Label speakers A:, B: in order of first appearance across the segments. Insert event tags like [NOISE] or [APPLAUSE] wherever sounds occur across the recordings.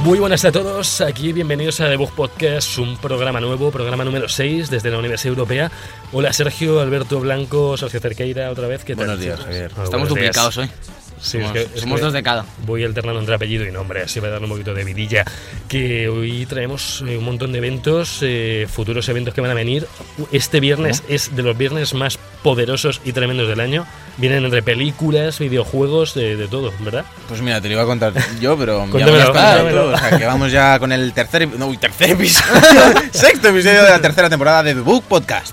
A: Muy buenas a todos, aquí bienvenidos a The Bug Podcast, un programa nuevo, programa número 6 desde la Universidad Europea. Hola Sergio, Alberto Blanco, Sergio Cerqueira, otra vez. ¿Qué tal,
B: Buenos días,
A: chicos?
B: Javier.
A: Ah,
C: Estamos
A: buenos días.
C: duplicados hoy.
A: Sí,
C: somos,
A: es que- es
C: somos
A: que-
C: dos de cada.
A: Voy alternando entre apellido y nombre, así para darle un poquito de vidilla. Que hoy traemos eh, un montón de eventos, eh, futuros eventos que van a venir. Este viernes es de los viernes más poderosos y tremendos del año. Vienen entre películas, videojuegos, de, de todo, ¿verdad?
B: Pues mira, te lo iba a contar
A: [LAUGHS]
B: yo, pero ya me
A: Cuéntamelo,
B: lo has contado
A: cuéntamelo.
B: tú. O sea, que vamos ya con el tercer, epi- no, uy, tercer episodio,
A: [LAUGHS]
B: sexto episodio de la tercera temporada de The Book Podcast.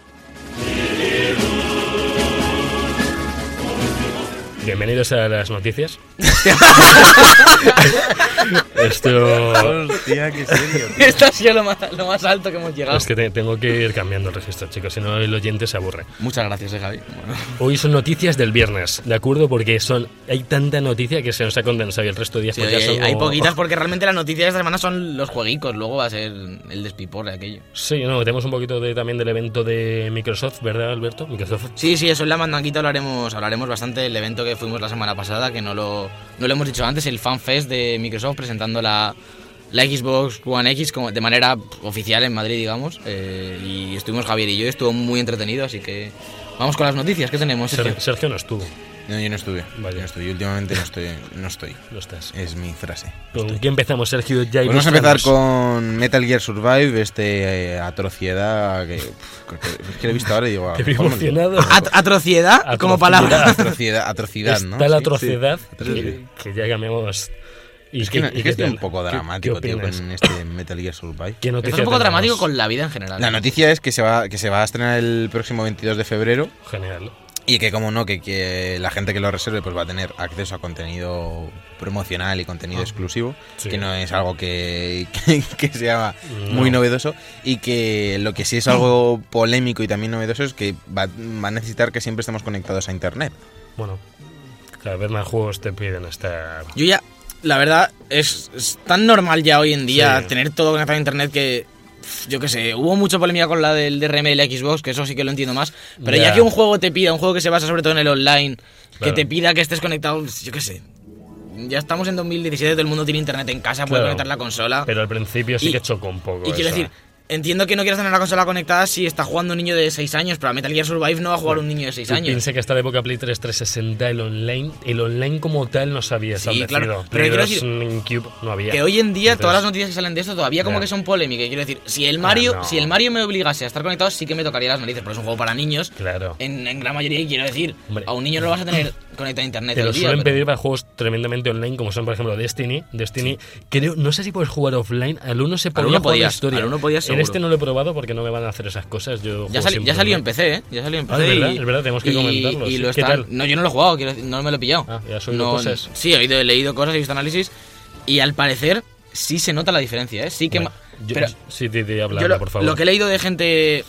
A: Bienvenidos a las
B: [LAUGHS]
A: noticias. Esto.
B: Hostia, qué serio.
C: [LAUGHS] Esto ha sido lo más, lo más alto que hemos llegado.
A: Es que te- tengo que ir cambiando el registro, chicos, si no el oyente se aburre.
C: Muchas gracias, eh, Javi. Bueno,
A: Hoy son noticias del viernes, ¿de acuerdo? Porque son hay tanta noticia que se nos ha condensado y el resto de días
C: sí,
A: pues, ya
C: hay,
A: son
C: hay
A: como-
C: poquitas porque realmente las noticias de esta semana son los jueguicos. Luego va a ser el despipor de aquello.
A: Sí, no, tenemos un poquito de, también del evento de Microsoft, ¿verdad, Alberto? Microsoft.
C: Sí, sí, eso en la mandanquita hablaremos, hablaremos bastante del evento que fuimos la semana pasada, que no lo, no lo hemos dicho antes, el FanFest de Microsoft presentando la, la Xbox One X como- de manera oficial en Madrid, digamos. eh, y estuvimos Javier y yo, y estuvo muy entretenido, así que vamos con las noticias que tenemos.
A: Ser-
C: Sergio?
A: Sergio no estuvo,
B: No, yo no estuve.
A: Vaya.
B: Yo no estoy. Últimamente no estoy. No estoy.
A: no estás.
B: Es mi frase.
A: ¿Con qué empezamos, Sergio? Ya y
B: Vamos a empezar
A: mostramos.
B: con Metal Gear Survive, este eh, atrociedad que, pf, que- es que lo he visto ahora
A: [LAUGHS]
B: y digo... ah,
A: Te veo
B: mejor me equivoco.
A: emocionado.
C: At- atrociedad, como
A: Atrocidad.
C: palabra.
B: Atrocidad, atrocidad, ¿no?
A: Está la
B: Sí, sí.
A: atrocidad
B: Atrocidad.
A: que, que ya cambiamos. ¿Y
B: Es
A: qué- y
B: que, es
A: qué
B: que estoy
A: tal?
B: un poco
A: ¿Qué- qué
B: dramático, tío,
A: opinas?
B: con este Metal Gear Survive.
A: ¿Qué
C: Esto
A: noticia
C: es un poco
A: tenemos?
C: dramático con la vida en general.
B: La noticia es que se va, que se va a estrenar el próximo 22 de febrero
A: Genial.
B: y que, como no, que, que la gente que lo reserve pues va a tener acceso a contenido promocional y contenido exclusivo,
A: Ah. Sí.
B: que no es algo que, que, que sea
A: No.
B: muy novedoso y que lo que sí es algo polémico y también novedoso es que va, va a necesitar que siempre estemos conectados a Internet.
A: Bueno, cada vez más juegos te piden esta.
C: Yo ya, la verdad, es, es tan normal ya hoy en día
A: Sí.
C: tener todo conectado a internet que. pf, Yo qué sé, hubo mucha polémica con la del DRM y la Xbox, que eso sí que lo entiendo más. Pero
A: Ya.
C: ya que un juego te pida, un juego que se basa sobre todo en el online,
A: Claro.
C: que te pida que estés conectado, pues, yo qué sé. Ya estamos en 2017, todo el mundo tiene internet en casa, puede
A: Claro.
C: conectar la consola.
A: Pero al principio sí
C: Y-
A: que chocó un poco.
C: y quiero
A: eso,
C: decir,
A: ¿eh?
C: entiendo que no quieras tener la consola conectada si está jugando un niño de 6 años, pero a Metal Gear Survive no va a jugar un niño de 6
A: Tú
C: años.
A: piensa que hasta la época Play 3 360 el online, el online como tal no se había
C: Sí,
A: establecido.
C: claro, pero
A: Play
C: quiero
A: 2
C: decir
A: en Cube no había.
C: Que hoy en día
A: Entonces,
C: todas las noticias que salen de esto todavía como
A: Ya.
C: que son polémicas. Quiero decir, si el Mario,
A: Ah, no.
C: si el Mario me obligase a estar conectado, sí que me tocaría las narices, porque es un juego para niños.
A: Claro.
C: En, en gran mayoría, y quiero decir,
A: Hombre.
C: a un niño no lo vas a tener conectado a internet
A: Te
C: todo
A: lo
C: el día.
A: suelen
C: pero-
A: pedir para juegos tremendamente online, como son, por ejemplo, Destiny. Destiny, creo, no sé si puedes jugar offline. Al uno se podía
C: uno
A: jugar la
C: podías,
A: historia.
C: al uno podías
A: en
C: seguro.
A: este no lo he probado porque no me van a hacer esas cosas. Yo
C: Ya,
A: juego
C: sali-
A: siempre
C: ya salió en
A: online.
C: PC, ¿eh? Ya salió en
A: Ah,
C: PC.
A: es verdad,
C: y,
A: es verdad, tenemos que
C: y-
A: comentarlo,
C: y
A: sí.
C: lo
A: ¿Qué
C: están-
A: tal?
C: No, yo no lo he jugado, quiero decir, no me lo he pillado.
A: Ah, ¿y has oído
C: No-
A: cosas?
C: Sí, he oído, he leído cosas, he visto análisis. Y al parecer, sí se nota la diferencia, ¿eh? Sí que.
A: Bueno,
C: ma-
A: yo-
C: pero-
A: yo- sí, te, te
C: Yo lo,
A: por favor.
C: lo que he leído de gente,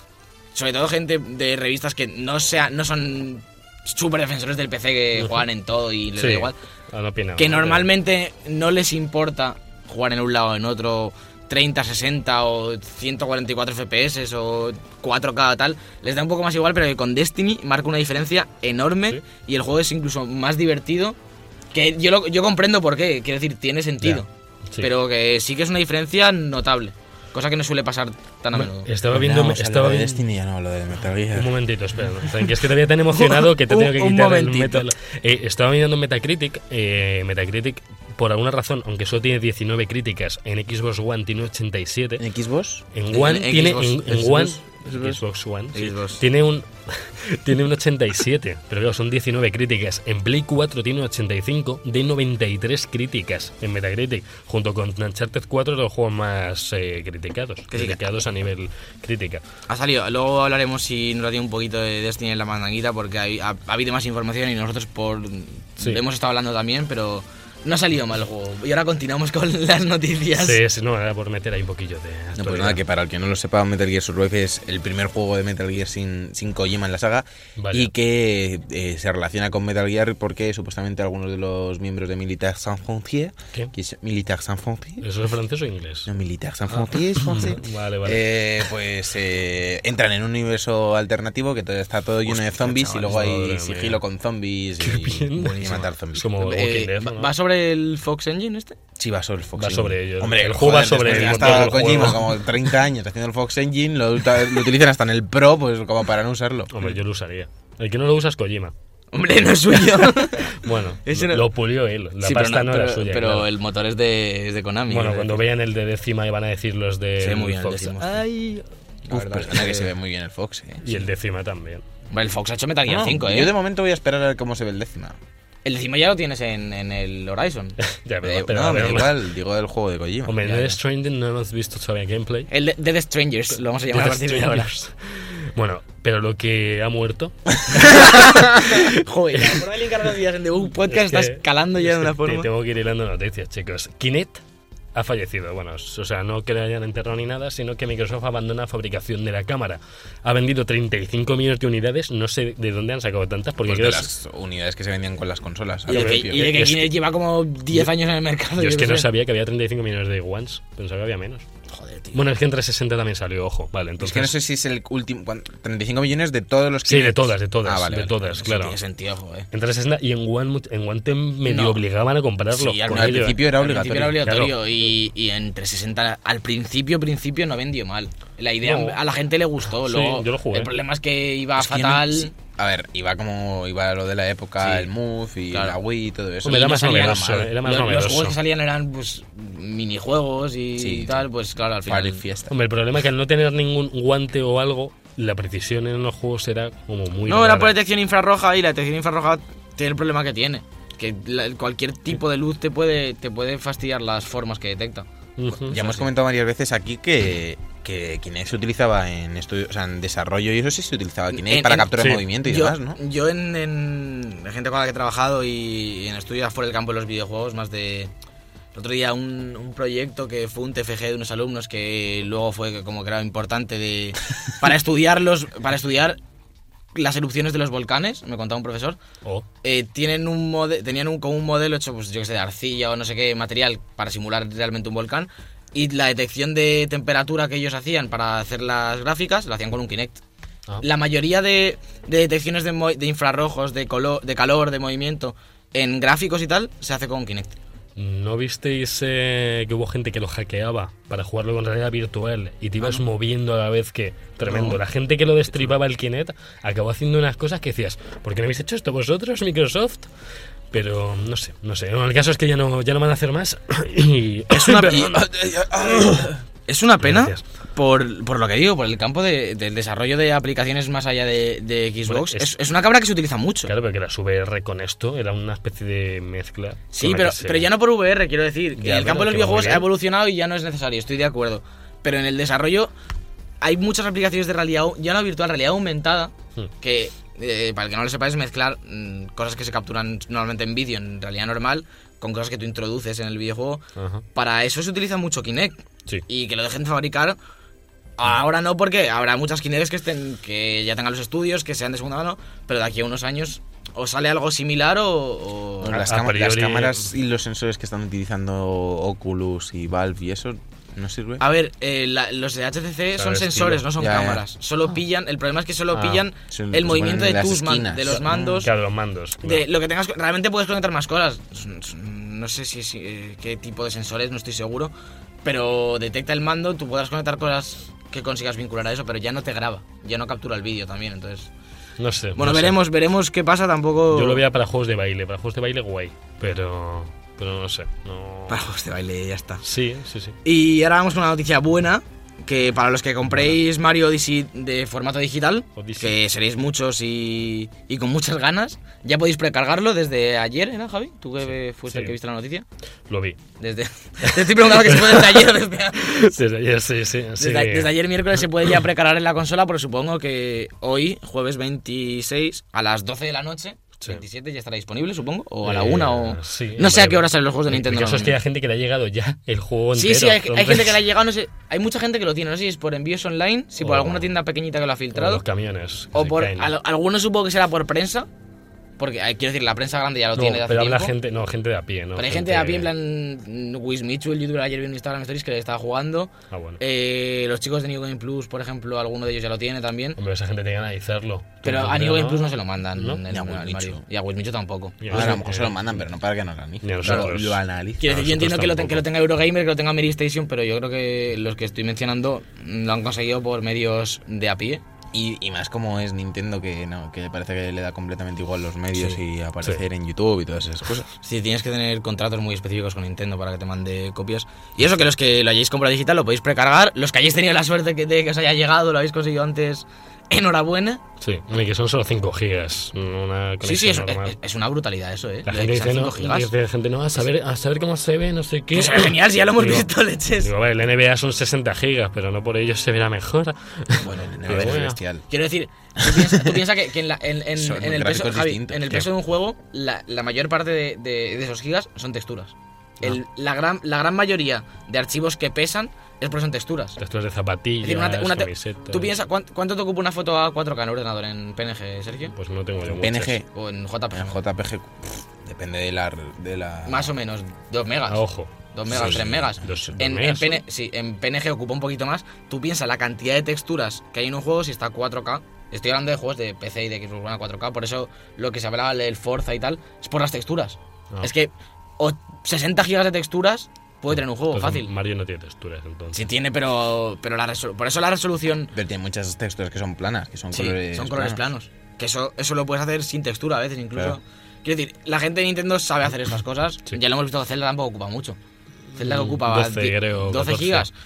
C: sobre todo gente de revistas que no sea, no son súper defensores del PC que juegan en todo y les
A: Sí,
C: da igual,
A: han opinado,
C: que
A: ¿no?
C: normalmente no les importa jugar en un lado o en otro 30, 60 o 144 FPS o 4K tal, les da un poco más igual, pero que con Destiny marca una diferencia enorme
A: Sí.
C: y el juego es incluso más divertido. Que yo, lo- yo comprendo por qué, quiero decir, tiene sentido.
A: Ya, sí.
C: Pero que sí que es una diferencia notable. Cosa que no suele pasar tan a menudo.
A: Estaba viendo. estaba
B: de
A: vi-
B: Destiny, ya no, lo de Metal
A: Un
B: Gear.
A: momentito, espera. no, tranqui, Es que te había tan emocionado que te
C: Un-
A: tengo que
C: [LAUGHS] un
A: quitar el
C: momentito.
A: metal. Eh, estaba mirando Metacritic. eh, Metacritic, por alguna razón, aunque solo tiene 19 críticas, en Xbox One tiene 87.
B: ¿En Xbox?
A: En One
C: en
A: tiene,
C: Xbox,
A: en, en
B: Xbox.
A: One Xbox One. sí.
C: Xbox.
A: Tiene un [LAUGHS] tiene un 87, pero claro, son 19 críticas. En Play 4 tiene un 85 de 93 críticas en Metacritic, junto con Uncharted 4 de los juegos más eh, criticados,
C: Que sí, que-
A: criticados a nivel crítica.
C: Ha salido, luego hablaremos si nos da tiempo un poquito de Destiny en la mandanguita porque hay- ha, ha habido más información y nosotros por
A: Sí.
C: hemos estado hablando también, pero no ha salido mal el juego. Y ahora continuamos con [LAUGHS] las noticias. Eh,
A: Sí, sí, no, era por meter ahí un poquillo de
B: No, pues
A: actualidad.
B: nada, que para el que no lo sepa, Metal Gear Survive es el primer juego de Metal Gear sin, sin Kojima en la saga
A: Vale.
B: y que eh, se relaciona con Metal Gear porque supuestamente algunos de los miembros de Militaire Sans Frontières,
A: ¿Qué?
B: que es Militaire Sans Frontières,
A: ¿Eso es francés o inglés?
B: no, Militaire Sans
A: [LAUGHS]
B: Frontières, francés,
A: Ah. Vale, [LAUGHS] vale.
B: eh, pues eh, entran en un universo alternativo que todo- está todo lleno de zombies y
A: chavales,
B: luego
A: madre
B: hay sigilo
A: mía.
B: con zombies
A: Qué
B: y,
A: bien.
B: y matar zombies.
A: Es como- Walking
C: Eh,
A: Dead,
C: ¿va-
A: ¿no?
C: ¿Va sobre el Fox Engine este?
B: Sí, va sobre el Fox
A: Va
B: Engine.
A: sobre ello.
B: Hombre,
A: El juego va sobre
B: desde
A: el
B: que
A: motor
B: hasta
A: del juego.
B: Kojima como 30 años haciendo el Fox Engine, lo, uta-
A: [LAUGHS]
B: lo utilizan hasta en el Pro, pues como para no usarlo.
A: Hombre, yo lo usaría. El que no lo usa es Kojima.
C: Hombre, no
A: [LAUGHS]
C: es suyo.
A: Bueno,
C: Ese no-
A: lo pulió él. La
C: Sí, pero
A: pasta no,
C: pero,
A: era suya.
C: pero
A: claro.
C: el motor es de, es de Konami.
A: Bueno,
C: es
A: cuando
C: decir.
A: vean el de décima y van a decir los de
C: Se ve muy bien el
A: Fox.
C: décimo.
A: Ay,
B: La verdad es que se ve muy bien el Fox, eh.
A: y el décima también.
C: Bueno, el Fox ha hecho Metal Gear
A: Ah,
B: Bueno,
C: 5, ¿eh?
B: Yo de momento voy a esperar a ver cómo se ve el décima.
C: El décimo ya lo tienes en, en
A: [LAUGHS]
C: el Horizon.
A: Ya, pero,
B: Eh,
A: pero
B: no,
A: a
B: me da
A: ver,
B: igual, digo del juego de Kojima.
A: Hombre,
C: Ya,
A: en
C: ya.
A: Death Stranding no hemos visto todavía gameplay.
C: El de Dead Strangers, lo vamos a llamar a
A: Death [LAUGHS]
C: partir de ahora.
A: Stranders. Bueno, pero lo que ha
C: [LAUGHS]
A: muerto. [LAUGHS]
C: Joder, la forma de linkar noticias en The Book Podcast
A: es que-
C: está escalando ya
A: es que
C: de una
A: te
C: forma.
A: Tengo que ir hilando noticias, chicos. Kinect ha fallecido. Bueno, s- o sea, no que le hayan enterrado ni nada, sino que Microsoft abandona la fabricación de la cámara. Ha vendido 35 millones de unidades. No sé de dónde han sacado tantas, porque
B: Pues de
A: creo
B: las unidades que se vendían con las consolas.
C: Y
B: al
C: de que,
B: principio.
C: y de que
A: Es que-
C: Kinect lleva como 10 años en el mercado.
A: Yo es que
C: qué
A: no
C: sé.
A: sabía que había 35 millones de ones, pensaba que había menos.
C: Joder, tío.
A: Bueno, es que en 360 también salió, ojo, vale, entonces...
B: Es que no sé si es el último. ¿cuánto? 35 millones de todos los
A: Sí, de
B: Kinects.
A: todas, de todas,
B: Ah, vale,
A: de
B: vale.
A: todas,
C: Sí,
A: claro.
C: Tiene sentido, joder.
A: En 360 y en One, mu- en One te medio
C: No.
A: obligaban a comprarlo.
C: Sí, al-
A: con
B: al
A: ello. ¿eh?
B: principio era
C: Al principio era
B: obligatorio.
C: obligatorio y, y en 360 al principio, principio no vendió mal. La idea
A: No.
C: a la gente le gustó.
A: Sí,
C: luego,
A: yo lo jugué.
C: El problema es que iba
B: Es que no-
C: Ah, fatal.
B: sí. A ver, iba como iba lo de la época,
C: Sí.
B: el Move y
C: Claro.
B: la Wii y todo eso.
A: Hombre,
B: Y
A: era
B: no
A: más
B: salía
A: novedoso,
B: mal.
A: eh, era más
C: los, los
A: novedoso.
C: juegos que salían eran pues minijuegos y,
B: Sí.
C: tal, pues claro, al final.
B: Para el fiesta.
A: Hombre, el problema es que al no tener ningún guante o algo, la precisión en los juegos era como muy...
C: No, era
A: rara.
C: por detección infrarroja y la detección infrarroja tiene el problema que tiene. Que la- cualquier tipo de luz te puede, te puede fastidiar las formas que detecta.
A: Ujú.
B: Ya hemos comentado varias veces aquí que, que Kinect se utilizaba en estudio, o sea, en desarrollo y eso sí se utilizaba Kinect
C: En-
B: para
C: en-
B: capturar
A: sí.
B: movimiento y
C: yo,
B: demás, ¿no?
C: Yo en, en- en gente con la que he trabajado y en estudios fuera del campo de los videojuegos, más de... El otro día un, un proyecto que fue un TFG de unos alumnos que luego fue como que era
B: [LAUGHS]
C: importante de, para estudiar los, para estudiar las erupciones de los volcanes, me contaba un profesor,
A: Oh,
C: eh, tienen un mode- tenían un, como un modelo hecho, pues yo que sé, de arcilla o no sé qué material para simular realmente un volcán. Y la detección de temperatura que ellos hacían para hacer las gráficas la hacían con un Kinect.
A: Ah.
C: La mayoría de, de detecciones de, mo- de infrarrojos, de, colo- de calor, de movimiento en gráficos y tal, se hace con
A: [COUGHS]
C: Kinect.
A: ¿No visteis eh, que hubo gente que lo hackeaba para jugarlo con realidad virtual y te
C: Ah,
A: ibas moviendo a la vez que... Tremendo. La gente que lo destripaba el Kinect acabó haciendo unas cosas que decías, ¿por qué no habéis hecho esto vosotros, Microsoft? Pero no sé, no sé. Bueno, el caso es que ya no, ya no van a hacer más. [CLEARS THROAT] y...
C: [COUGHS] Es una,
A: Perdón.
C: es una pena
A: Gracias.
C: por, por lo que digo, por el campo de- del desarrollo de aplicaciones más allá de, de Xbox.
A: Bueno, es-
C: es, es una cámara que se utiliza mucho.
A: [COUGHS] Claro, pero que la VR con esto era una especie de mezcla.
C: Sí,
A: con la
C: pero,
A: que se-
C: pero ya no por VR, quiero decir. que
A: Ya,
C: en el
A: pero
C: campo de
A: que va
C: los
A: muy
C: videojuegos
A: bien.
C: ha evolucionado y ya no es necesario, estoy de acuerdo. Pero en el desarrollo hay muchas aplicaciones de realidad, au- ya no virtual, realidad aumentada,
A: Hmm.
C: que eh, para el que no lo sepa es mezclar mm, cosas que se capturan normalmente en vídeo, en realidad normal, con cosas que tú introduces en el videojuego.
A: Ajá.
C: Para eso se utiliza mucho Kinect.
A: Ah. Sí.
C: Y que lo dejen de fabricar. Ahora no, porque habrá muchas Kinects que, estén, que ya tengan los estudios, que sean de segunda mano, pero de aquí a unos años o sale algo similar o... o-
B: Las,
A: a
B: cama- las
A: priori-
B: cámaras y los sensores que están utilizando Oculus y Valve y eso no sirve.
C: A ver, eh, la- los de HTC son
A: Sabes,
C: sensores,
A: tío.
C: no son
B: Ya, Ah. ya.
C: cámaras. Solo pillan, el problema es que solo
A: Ah.
C: pillan
B: Se- se
C: el movimiento
B: ponen en
C: de
B: las
C: tus man-
B: esquinas. Ah,
C: de los mandos,
A: Claro, los mandos. claro.
C: de lo que tengas. Realmente puedes conectar más cosas. No sé si, si- eh, qué tipo de sensores, no estoy seguro, pero detecta el mando, tú podrás conectar cosas que consigas vincular a eso, pero ya no te graba, ya no captura el vídeo también, entonces.
A: No sé.
C: Bueno,
A: Eh, no sé.
C: veremos, veremos qué pasa. Tampoco.
A: Yo lo
C: [LAUGHS]
A: veía para juegos de baile. Para juegos de baile, guay. Pero. Pero no sé. No...
C: para juegos de este baile ya está.
A: Sí, sí, sí.
C: Y ahora vamos con una noticia buena, que para los que compréis Mario Odyssey de formato digital,
A: Odyssey.
C: que seréis muchos y, y con muchas ganas, ya podéis precargarlo desde ayer, ¿eh, Javi? Tú que fuiste el
A: sí.
C: que viste la noticia.
A: Lo
C: [LAUGHS]
A: vi.
C: Desde, te estoy preguntando que se puede desde ayer. [LAUGHS] Desde,
A: Desde ayer, sí, sí. sí.
C: desde- desde ayer miércoles se puede ya precargar en la consola, pero supongo que hoy, jueves 26, a las 12 de la noche,
A: Sí.
C: 27, ya estará disponible, supongo. O a la
A: Eh,
C: 1 o...
A: sí, eh,
C: no sé a
A: vale.
C: qué hora salen los juegos de
A: Mi-
C: Nintendo.
A: Mi caso es que hay
C: normalmente.
A: gente que le ha llegado ya el juego
C: Sí,
A: entero.
C: sí, hay, hay gente
A: entonces, [LAUGHS]
C: que le ha llegado, no sé, hay mucha gente que lo tiene, no sé si es por envíos online, si por
A: O-
C: alguna tienda pequeñita que lo ha
A: Oh. como
C: filtrado,
A: Los camiones. que
C: o
A: se
C: por,
A: caen.
C: al- algunos supongo que será por prensa, porque eh, quiero decir, la prensa grande ya lo
A: No,
C: tiene de hace
A: pero habla
C: tiempo.
A: gente, no, gente de a pie, ¿no?
C: Pero hay gente a pie, en plan mm, Wiz Mitchell, youtuber ayer vi en Instagram Stories que le estaba jugando.
A: Ah, bueno.
C: Eh, los chicos de New Game Plus, por ejemplo, alguno de ellos ya lo tiene también.
A: Hombre, esa gente tiene que analizarlo.
C: Pero
A: Yo
C: a
A: creo,
C: New Game Plus no se lo mandan.
A: ¿No?
C: en el-
B: Ni a Wiz
C: al
B: Mitchell.
C: Mario. Y a Wiz Mitchell tampoco.
A: Yo
B: A ver, a
A: sé,
B: lo mejor se lo
A: eh,
B: mandan, pero no para que no lo analicen.
A: Ni a
B: Claro,
A: nosotros.
B: lo analicen.
C: Quiero
A: A
C: decir, yo entiendo
A: nosotros
C: que lo, ten- que
A: tampoco.
C: lo tenga Eurogamer, que lo tenga Mary Station, pero yo creo que los que estoy mencionando mm, lo han conseguido por medios de a pie.
B: Y, y más como es Nintendo, que no, que parece que le da completamente igual los medios
A: Sí,
B: y aparecer en YouTube y todas esas
A: [LAUGHS]
B: cosas.
C: Si tienes que tener contratos muy específicos con Nintendo para que te mande copias. Y eso que los que lo hayáis comprado digital lo podéis precargar. Los que hayáis tenido la suerte que- de que os haya llegado, lo habéis conseguido antes, enhorabuena.
A: Sí, hombre, que son solo 5 gigas. Una
C: Sí, sí, es,
A: conexión normal.
C: es- es una brutalidad eso, ¿eh?
A: La
C: Lo
A: gente
C: de que
A: dice,
C: sean
A: no,
C: 5 gigas. [LAUGHS]
A: dice gente, no, a saber, a saber cómo se ve, no sé qué.
C: Que se ve genial, si ya lo hemos
A: Digo,
C: visto, leches.
A: Digo, vale, el NBA son 60 gigas, pero no por ello se verá mejor.
B: Bueno, el
A: Pero
B: nivel es
A: bueno.
B: bestial.
C: Quiero decir, tú piensas, tú piensas que, que en, la- en- en-
B: Son
C: en el peso,
B: gráficos
C: Javi,
B: distintos.
C: en el
A: ¿Qué?
C: peso de un juego, la, la mayor parte de, de- de esos gigas son texturas. El- la, gran, la gran mayoría de archivos que pesan es porque son texturas.
A: Texturas de
C: Es
A: zapatillas,
C: decir, una te- una te-
A: camisetas.
C: ¿Tú piensas cuán- cuánto te ocupa una foto a 4K en ordenador en PNG, Sergio?
A: Pues no tengo yo muchas.
B: PNG,
C: O en JPG.
B: en JPG, pff, depende de la. De la...
C: Más o menos, 2 megas.
A: A Ah, ojo.
C: 2 megas,
A: Sí,
C: 3 megas.
A: dos- dos
C: en,
A: megas,
C: en PN sí, en PNG ocupa un poquito más. Tú piensas la cantidad de texturas que hay en un juego si está a 4K. Estoy hablando de juegos de PC y de Xbox One a 4K, por eso lo que se hablaba del Forza y tal es por las texturas.
A: Ah. Mm,
C: Es que o- 60 gigas de texturas puede tener un juego
A: Entonces,
C: fácil.
A: Mario no tiene texturas, entonces.
C: Sí tiene, pero, pero la resolu- por eso la resolución
B: Pero tiene muchas texturas que son planas, que son
C: Sí,
B: colores.
C: son colores planos. Que eso, eso lo puedes hacer sin textura a veces incluso.
B: Claro.
C: Quiero decir, la gente de Nintendo sabe hacer estas cosas.
A: Sí.
C: Ya lo hemos visto que Zelda tampoco ocupa mucho. Zelda que
A: Mm,
C: ocupaba
A: 12
C: di-
A: creo,
C: 12
A: 14.
C: gigas. Pues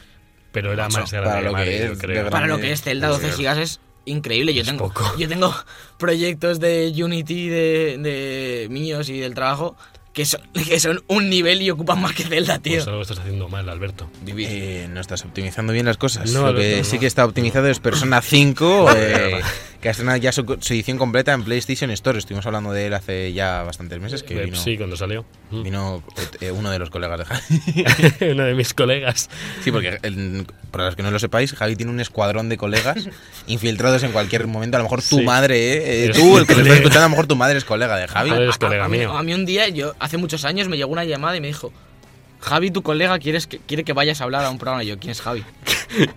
A: Pero era
C: Macho,
A: más grande
B: para lo que
A: Mario,
B: es,
A: yo
B: de
A: creo.
B: grande.
C: Para lo que es Zelda, 12
B: Sí.
C: gigas es increíble. Yo
A: Es
C: tengo,
A: poco.
C: [LAUGHS] yo tengo proyectos de Unity de, de míos y del trabajo que son, [LAUGHS] que son un nivel y ocupan más que Zelda, tío.
A: Pues algo estás haciendo mal, Alberto.
B: Eh, no estás optimizando bien las cosas.
A: No,
B: lo
A: no,
B: que
A: no,
B: sí
A: no.
B: que está optimizado
A: [LAUGHS]
B: es Persona 5, eh,
A: no.
B: que ha estrenado ya su, su edición completa en PlayStation Store. Estuvimos hablando de él hace ya bastantes meses, Pues que
A: Eh,
B: vino,
A: Sí, cuando salió. Mm. [LAUGHS]
B: vino, eh, uno de los colegas de Javi. [LAUGHS]
A: Uno de mis colegas.
B: Sí, porque el- para los que no lo sepáis, Javi tiene un escuadrón
A: [LAUGHS]
B: de colegas infiltrados en cualquier momento. A lo mejor tu
A: Sí.
B: madre, eh, eh,
A: Es
B: tú,
A: mi
B: el que
A: [LAUGHS]
B: lo
A: colega.
B: estás escuchando, a lo mejor tu madre es colega de Javi.
A: Joder, es
C: A- a-
A: colega
C: a mí-
A: mío.
C: A mí un día, yo hace muchos años, me llegó una llamada y me dijo, Javi, tu colega quieres que, quiere que vayas a hablar a un programa. Y yo, ¿quién es Javi?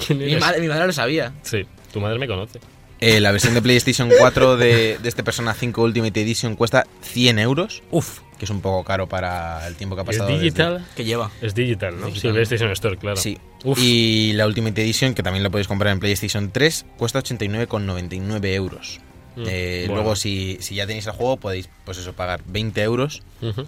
A: ¿Quién
C: Mi
A: eres?
C: madre, mi madre lo sabía.
A: Sí, tu madre me conoce.
B: Eh, la versión de PlayStation 4 de, de este Persona 5 Ultimate Edition cuesta 100 euros,
A: Uf.
B: que es un poco caro para el tiempo que ha
A: ¿Es
B: pasado. desde-
A: digital?
C: Que lleva.
A: Es digital, ¿no?
C: Digital.
A: Sí, el PlayStation Store, claro.
B: Sí.
A: Uf.
B: Y la Ultimate Edition, que también la podéis comprar en PlayStation 3, cuesta 89,99 euros.
A: Mm,
B: Eh,
A: bueno.
B: Luego, si, si ya tenéis el juego, podéis pues eso, pagar 20 euros
A: Ujú.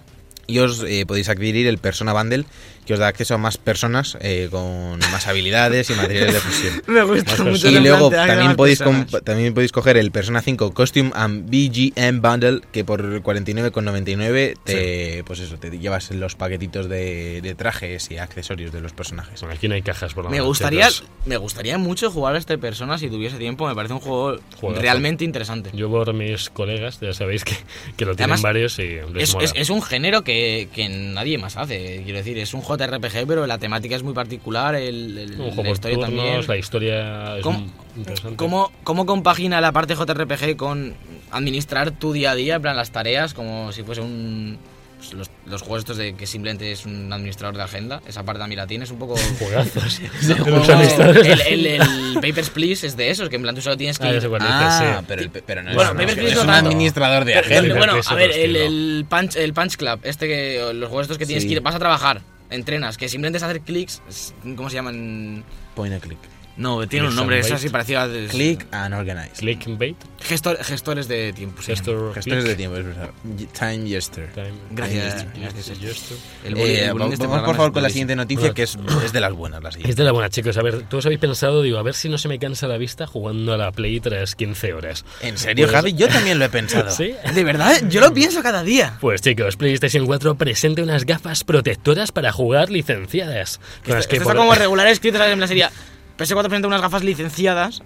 B: y os eh, podéis adquirir el Persona Bundle, que os da acceso a más personas eh, con más habilidades y materiales de fusión.
C: Me gusta [LAUGHS]
A: mucho
B: Y luego también podéis, comp- también podéis coger el Persona 5 Costume and BGM Bundle, que por 49,99 te, pues eso, te llevas los paquetitos de, de trajes y accesorios de los personajes.
A: Bueno, aquí no hay cajas por la
C: Me
A: noche,
C: gustaría,
A: entonces,
C: me gustaría mucho jugar a este persona si tuviese tiempo. Me parece un juego
A: Juegazo.
C: realmente interesante.
A: Yo por mis colegas, ya sabéis que, que lo tienen
C: Además,
A: varios y les
C: Es,
A: mola.
C: es- es un género que, que nadie más hace. Quiero decir, es un JRPG, pero la temática es muy particular. El, el-
A: un
C: la
A: juego por
C: historia
A: turnos,
C: también.
A: la historia es
C: ¿Cómo-
A: un- interesante.
C: ¿Cómo, ¿Cómo compagina la parte JRPG con administrar tu día a día, en plan las tareas, como si fuese un. pues, los, los juegos estos de que simplemente es un administrador de agenda? Esa parte también la tienes
A: [LAUGHS]
C: un poco.
A: Juegazos.
C: El,
A: Los
C: juego-
A: amistades.
C: el, el- el Papers, Please es de esos, que en plan tú solo tienes que.
A: Ah, ya
C: ir-
A: sé cuál dices, sí.
B: pero, el pe- pero no
C: Bueno,
B: un-
C: Papers, Please
B: es
C: no
B: un
C: tanto.
B: administrador de
C: Pero
A: Gente,
B: agenda.
C: bueno,
A: es
C: a
A: otro
C: ver, el,
A: estilo.
C: el punch, el punch club, este que. o Los juegos estos que tienes
B: Sí.
C: que ir. Vas a trabajar, entrenas, que simplemente es hacer clics. es- ¿Cómo se llaman?
B: Point and click.
C: No, tiene un
A: Click
C: nombre, es
A: Sunbait.
C: así parecido a... es-
B: Click and organize.
A: Clickbait,
C: Gestor- gestores de tiempo. se llama.
A: gestor,
B: Gestores de
A: click,
B: tiempo, es verdad. Y- Time Yester.
A: time,
C: Gracias.
A: time,
C: Gracias.
A: gestor.
C: El bullying-
B: Eh,
C: el bullying
B: va-
C: de
B: vamos
C: este programa
B: por favor con
C: es
B: la
C: buenísimo.
B: siguiente noticia que es,
C: [LAUGHS]
B: es de las buenas. La
A: Es
B: siguiente.
A: de la buena, chicos. A ver, todos habéis pensado, digo, a ver si no se me cansa la vista jugando a la Play tras 15 horas.
B: En serio,
A: Pues-
B: Javi, yo también lo he
C: [LAUGHS]
B: pensado.
A: ¿Sí?
C: De verdad, yo lo pienso cada día.
A: Pues chicos, PlayStation 4 presenta unas gafas protectoras para jugar licenciadas. Con las
C: Esto
A: que
C: está
A: por- [LAUGHS] e-
C: como regular escrito ¿sabes? en la serie. PS4 presenta unas gafas licenciadas.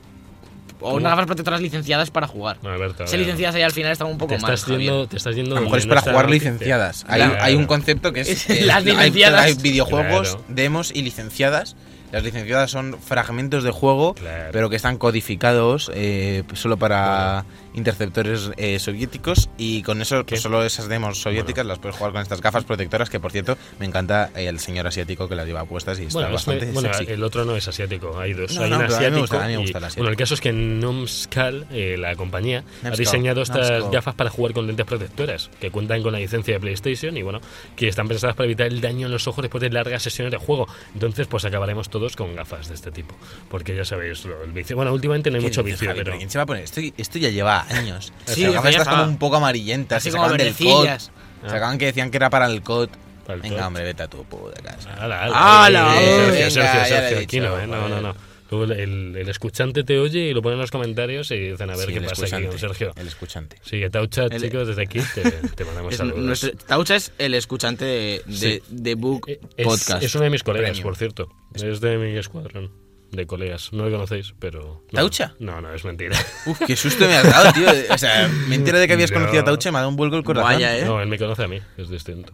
C: O unas gafas protectoras licenciadas para jugar.
A: No, Alberto, a
C: Se
A: ver.
C: licenciadas ahí al final estaba un
A: Te
C: poco mal.
A: estás, yendo, te estás yendo.
B: A lo mejor es
A: de
B: para
A: nuestra
B: jugar
A: noticia.
B: licenciadas. Hay,
A: Claro.
B: hay un concepto que es. eh,
C: Las
B: hay-
C: licenciadas.
B: Hay, videojuegos,
A: Claro.
B: demos y licenciadas. Las licenciadas son fragmentos de juego,
A: Claro.
B: pero que están codificados eh, solo para interceptores eh, soviéticos. Y con eso, pues,
A: ¿Qué?
B: solo esas demos soviéticas las puedes jugar con estas gafas protectoras. Que por cierto, me encanta eh, el señor asiático que las lleva puestas y está
A: Bueno, es-
B: bastante
A: bueno,
B: sexy.
A: el otro no es asiático, hay dos.
B: No,
A: hay
B: no,
A: un
B: pero a mí me
A: asiático.
B: gusta, a mí me
A: y-
B: gusta el asiático.
A: Bueno, el caso es que Nomscal, eh, la compañía, ha
B: Numskull,
A: diseñado estas
B: Numskull.
A: gafas para jugar con lentes protectoras que cuentan con la licencia de PlayStation y bueno, que están pensadas para evitar el daño en los ojos después de largas sesiones de juego. Entonces, pues acabaremos todos con gafas de este tipo, porque ya sabéis lo- el vicio. Bueno, últimamente no hay
B: ¿Qué
A: mucho
B: dices,
A: vicio,
B: Javi?
A: pero
B: ¿Pero ¿Quién se va a poner? Esto, esto ya lleva
A: [LAUGHS]
B: años.
C: Sí,
B: Las gafas
C: ya
B: estas
C: estaba.
B: como un poco amarillentas.
C: Así
B: Se
C: como
B: acaban del COD.
C: verdecillas.
A: Ah.
B: Se acaban que decían que era para el COD.
A: Para el
B: Venga,
A: COD.
B: hombre, vete a tu puta casa.
A: ¡Hala,
C: ¡Hala!
A: Eh,
B: Venga,
A: Sergio, Sergio,
B: ya lo he
A: Sergio, aquí
B: dicho,
A: no, eh, no, no, no. Luego el, el- el escuchante te oye y lo pone en los comentarios y dicen a ver
B: Sí,
A: qué
B: el
A: pasa aquí con
B: escuchante,
A: Sergio.
B: El escuchante.
A: Sigue Taucha,
C: El-
A: chicos, desde aquí te, te mandamos
C: [LAUGHS] Es
A: Pues saludos.
C: nuestro- Taucha es el escuchante de, de,
B: Sí.
C: de Book
A: Eh, es,
C: Podcast.
A: es uno de mis colegas,
B: Premium.
A: por cierto. Es de mi escuadrón de colegas. No lo conocéis, pero... no.
B: ¿Taucha?
A: No, no, es mentira.
B: Uf, qué susto me has dado, tío. O sea, me entero de que habías
A: No.
B: conocido a Tauche, me ha dado un vuelco el corazón.
C: Vaya, [LAUGHS] ¿Eh?
A: No, él me conoce a mí, es distinto.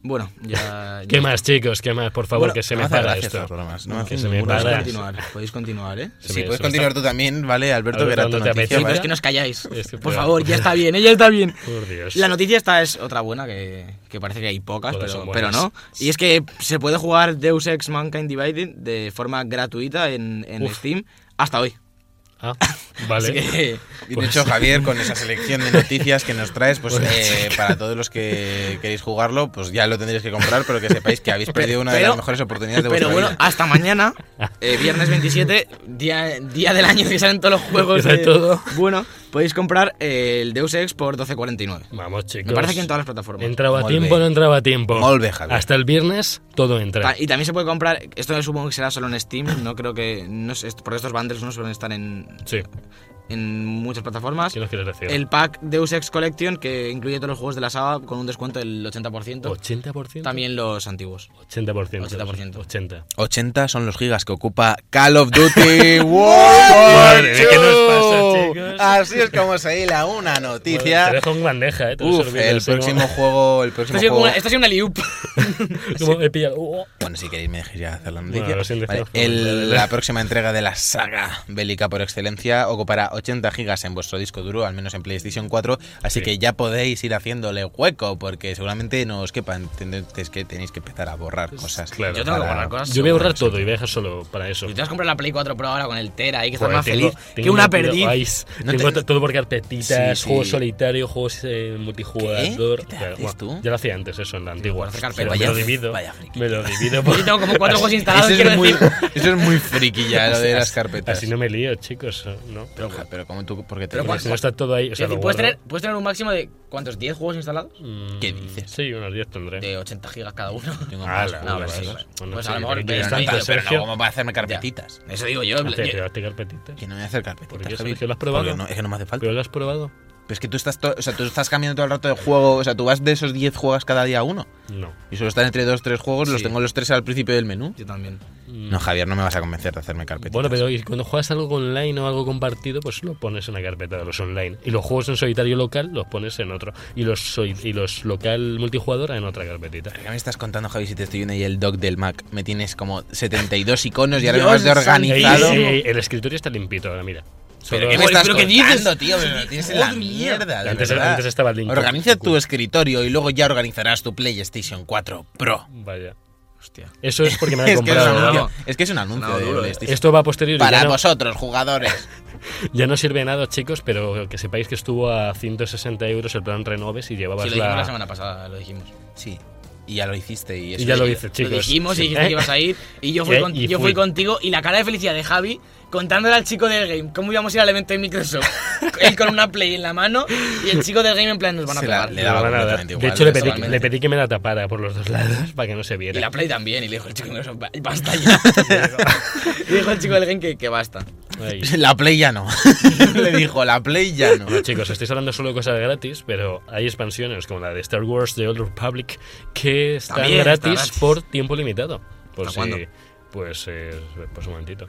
C: Bueno,
A: [LAUGHS]
C: ya.
A: ¿Qué
C: ya-
A: más, chicos? ¿Qué más? Por favor,
B: Bueno,
A: que se
B: no
A: me
B: hace
A: para
B: gracia
A: esto.
B: estos programas, no me
A: que
B: hacen
A: se me
B: ninguna
C: Podéis
A: para.
C: continuar, podéis continuar, ¿eh?
A: Se me-
B: Sí, puedes
A: se me está-
B: continuar tú también, ¿vale? Alberto, que
A: Alberto,
B: era tu
A: no te
B: noticia.
A: apetece.
C: Sí, pero
B: ¿vale?
C: es que nos calláis.
A: Es que
C: Por
A: pero-
C: favor, ya está bien, ¿eh? ya está bien.
A: Por Dios.
C: La noticia esta es otra buena que, que parece que hay pocas,
A: Todas
C: pero,
A: son
C: pero
A: buenas.
C: no. Y es que se puede jugar Deus Ex Mankind Divided de forma gratuita en, en
A: Uf.
C: Steam hasta hoy.
A: Ah, vale.
C: Así [LAUGHS] que
B: Y de
A: Pues-
B: hecho, Javier, con esa selección de noticias que nos traes, pues eh, para todos los que queréis jugarlo, pues ya lo tendréis que comprar, pero que sepáis que habéis perdido una de
C: pero-
B: las mejores oportunidades de vuestra
C: [LAUGHS] Pero bueno,
B: vida. [LAUGHS]
C: hasta mañana, eh, viernes 27, día, día del año que salen todos los juegos.
A: Que sale
C: de-
A: todo.
C: Bueno, podéis comprar eh, el Deus Ex por 12.49.
A: Vamos, chicos.
C: Me parece que en todas las plataformas.
A: Entraba a
B: Molt
A: tiempo,
B: bé.
A: no entraba a tiempo.
B: Molt bé, Javier.
A: Hasta el viernes todo entra.
C: Ta- Ah, Y también se puede comprar, esto supongo que será solo en Steam, no creo que, no sé, porque estos bundles no suelen estar en,
A: Sí,
C: en muchas plataformas.
A: ¿qué nos quieres decir?
C: El pack Deus Ex Collection, que incluye todos los juegos de la saga con un descuento del 80%.
A: 80%.
C: También los antiguos.
A: 80%.
C: 80%.
A: 80.
B: 80 son los gigas que ocupa Call of [LAUGHS] Duty World
A: Madre,
B: War
A: ¿qué nos
B: II.
A: pasa, chicos?
B: Así es como se hila una noticia.
A: Te dejo en bandeja, eh. Te lo
B: Uf,
A: sirviendo
B: el
A: así como-
B: próximo juego, el próximo
C: Esto ha sido,
B: juego.
C: como una, esto ha sido
A: [LAUGHS]
C: una liup.
A: como he pillado. Uh,
B: Bueno, si queréis me dejáis ya hacer la noticia.
A: Bueno, lo siento,
B: Vale,
A: está bien.
B: el-
A: Dale, dale.
B: la próxima entrega de la saga bélica por excelencia ocupará 80 gigas en vuestro disco duro, al menos en PlayStation 4, así
A: Sí.
B: que ya podéis ir haciéndole hueco, porque seguramente no os quepan, es que tenéis que empezar a borrar cosas.
A: Pues, claro.
C: Yo tengo que
B: Para-
C: guardar cosas.
A: Yo voy a ahorrar
B: seguro,
A: todo y voy a dejar solo para eso.
C: Tú te has comprado la Play 4 Pro ahora con el Tera ahí, que estás
A: Joder,
C: más
A: tengo-
C: feliz que
A: tengo
C: una
A: todo-
C: perdiz.
A: ay, tengo
B: te-
A: to- todo por carpetitas,
B: Sí, sí.
A: juegos solitario, juegos eh, multijugador.
B: ¿Qué? ¿Qué te
A: Claro,
B: haces
A: bueno,
B: tú?
A: Yo lo hacía antes eso en la antigua.
C: hacer carpeta.
A: pero me
B: Vaya
A: lo
B: friki,
A: divido.
B: vaya friki.
A: Me lo divido.
C: Yo tengo como cuatro juegos instalados,
B: Eso
C: quiero
B: es, muy,
C: decir.
B: [LAUGHS] eso es muy friki ya, lo de las carpetas.
A: Así no me lío, chicos. ¿no?
B: Pero, pero ¿cómo tú? ¿Por qué te
C: Pero
A: Porque
B: pones?
A: si no está todo ahí. O sea,
C: Quiero decir,
A: lo
C: ¿puedes,
A: guardo.
C: tener, puedes tener un máximo de, ¿cuántos? ¿10 juegos instalados?
A: Mm,
B: ¿Qué dices?
A: Sí, unos 10 tendré.
C: De 80 gigas cada uno.
B: Tengo
A: Ah,
B: más
A: la-
B: juegos.
C: No, pero sí,
A: vale.
C: pues,
A: Bueno,
C: pues
A: sí,
C: a lo mejor...
A: pero
C: pero
A: es
C: no,
A: tanto,
C: pero-
B: Pero
A: Sergio.
B: no, ¿cómo va a hacerme
C: ya.
B: carpetitas?
C: Eso digo yo.
A: Hostia,
C: yo-
A: te voy a hacer carpetitas.
B: Que no voy a hacer carpetitas.
A: ¿Por qué,
B: Javi.
A: Sergio, lo has probado?
B: Porque no- es que no me hace falta.
A: ¿Pero lo has probado?
B: Pero es que tú estás, to- o sea, tú estás cambiando todo el rato de juego. O sea, tú vas de esos 10 juegos cada día a uno.
A: No.
B: Y solo están entre dos tres juegos. Los
C: Sí.
B: tengo los tres al principio del menú.
C: Yo también.
B: No, Javier, no me vas a convencer de hacerme carpetitas.
A: Bueno, pero y cuando juegas algo online o algo compartido, pues lo pones en la carpeta de los online. Y los juegos en solitario local los pones en otro. Y los, soli- y los local multijugador en otra carpetita.
B: ¿Qué me estás contando, Javi, si te estoy viendo ahí el doc del Mac? Me tienes como 72 iconos y ahora me
C: Dios
B: vas de
A: Ey,
B: organizado.
A: ey, ey, el escritorio está limpito ahora, mira.
B: ¿Pero
A: Solo-
B: qué me
C: Joder,
B: estás
C: ¿pero qué
B: contando, tío? Pero tienes en la
C: Madre mía.
B: mierda, de
A: Antes-
B: verdad.
A: antes estaba limpio.
B: Organiza tu escritorio y luego ya organizarás tu PlayStation 4 Pro.
A: Vaya.
C: Hostia.
A: Eso es
C: [LAUGHS]
A: porque me la he
B: es, que es, un
A: comprado.
C: no,
B: anuncio,
A: ¿no?
B: es que es un anuncio
C: No,
B: de
C: duro, eh.
B: PlayStation.
A: Esto va a posteriori.
B: Para
A: ya no-
B: vosotros, jugadores.
A: Ya no sirve de nada, chicos, pero que sepáis que estuvo a 160 euros el plan Renoves y llevabas
C: Si lo dijimos la
A: la...
C: semana pasada, lo dijimos.
B: Sí. Y ya lo hiciste. Y, eso
A: Y ya lo
B: de-
A: hice, chicos.
C: Lo dijimos
A: Sí.
C: y dijiste que ibas a ir. Y yo fui,
A: Eh,
C: con-
A: y
C: yo
A: fui.
C: fui contigo. Y la cara de felicidad de Javi contándole al chico del game cómo íbamos a ir al evento de Microsoft. Él con una Play en la mano y el chico del game en plan nos van a
B: Se la-
C: pegar.
B: le daba
A: Me van a dar.
B: completamente
A: de
B: igual,
A: hecho, le pedí,
C: totalmente.
A: le pedí que me la tapara por los dos lados [LAUGHS] para que no se viera.
C: Y la Play también. Y le dijo el chico de Microsoft, "Ba- basta ya. Le dijo el chico del game que, que basta.
A: Ay.
B: [LAUGHS] La Play ya no. Le dijo, la Play ya
A: [LAUGHS]
B: no.
A: Bueno, chicos, estáis hablando solo de cosas gratis, pero hay expansiones como la de Star Wars The Old Republic que están
C: También está
A: gratis,
C: gratis.
A: por tiempo limitado. Por
C: ¿Hasta
A: si-
C: cuándo?
A: Pues, eh, pues un
B: [LAUGHS]
A: momentito.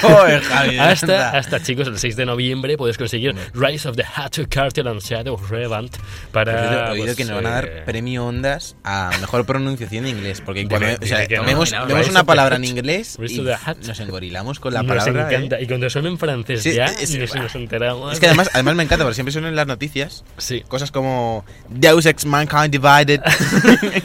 B: Joder, Javi.
A: hasta, hasta, chicos, el 6 de noviembre puedes conseguir Rise of the Hatchet Cartel and Shadow Revamp para...
B: He oído
A: pues,
B: que nos van a
A: eh,
B: dar premio Ondas a mejor pronunciación de inglés. Porque cuando
A: Dime,
B: o sea,
A: dime que no.
B: vemos,
C: Mira,
B: vemos
A: Rise
B: una
A: of the
B: palabra en
A: Hatch.
B: inglés
A: Rise
B: y
A: of the Hatch.
B: nos engorilamos con la
A: nos
B: palabra. ¿eh?
A: encanta. Y cuando son en francés
B: Sí,
A: ya,
B: es-
A: ni si nos enteramos...
B: Es que además, además me encanta, porque siempre son en las noticias
A: Sí.
B: cosas como Deus Ex Mankind
C: [LAUGHS]
B: Divided.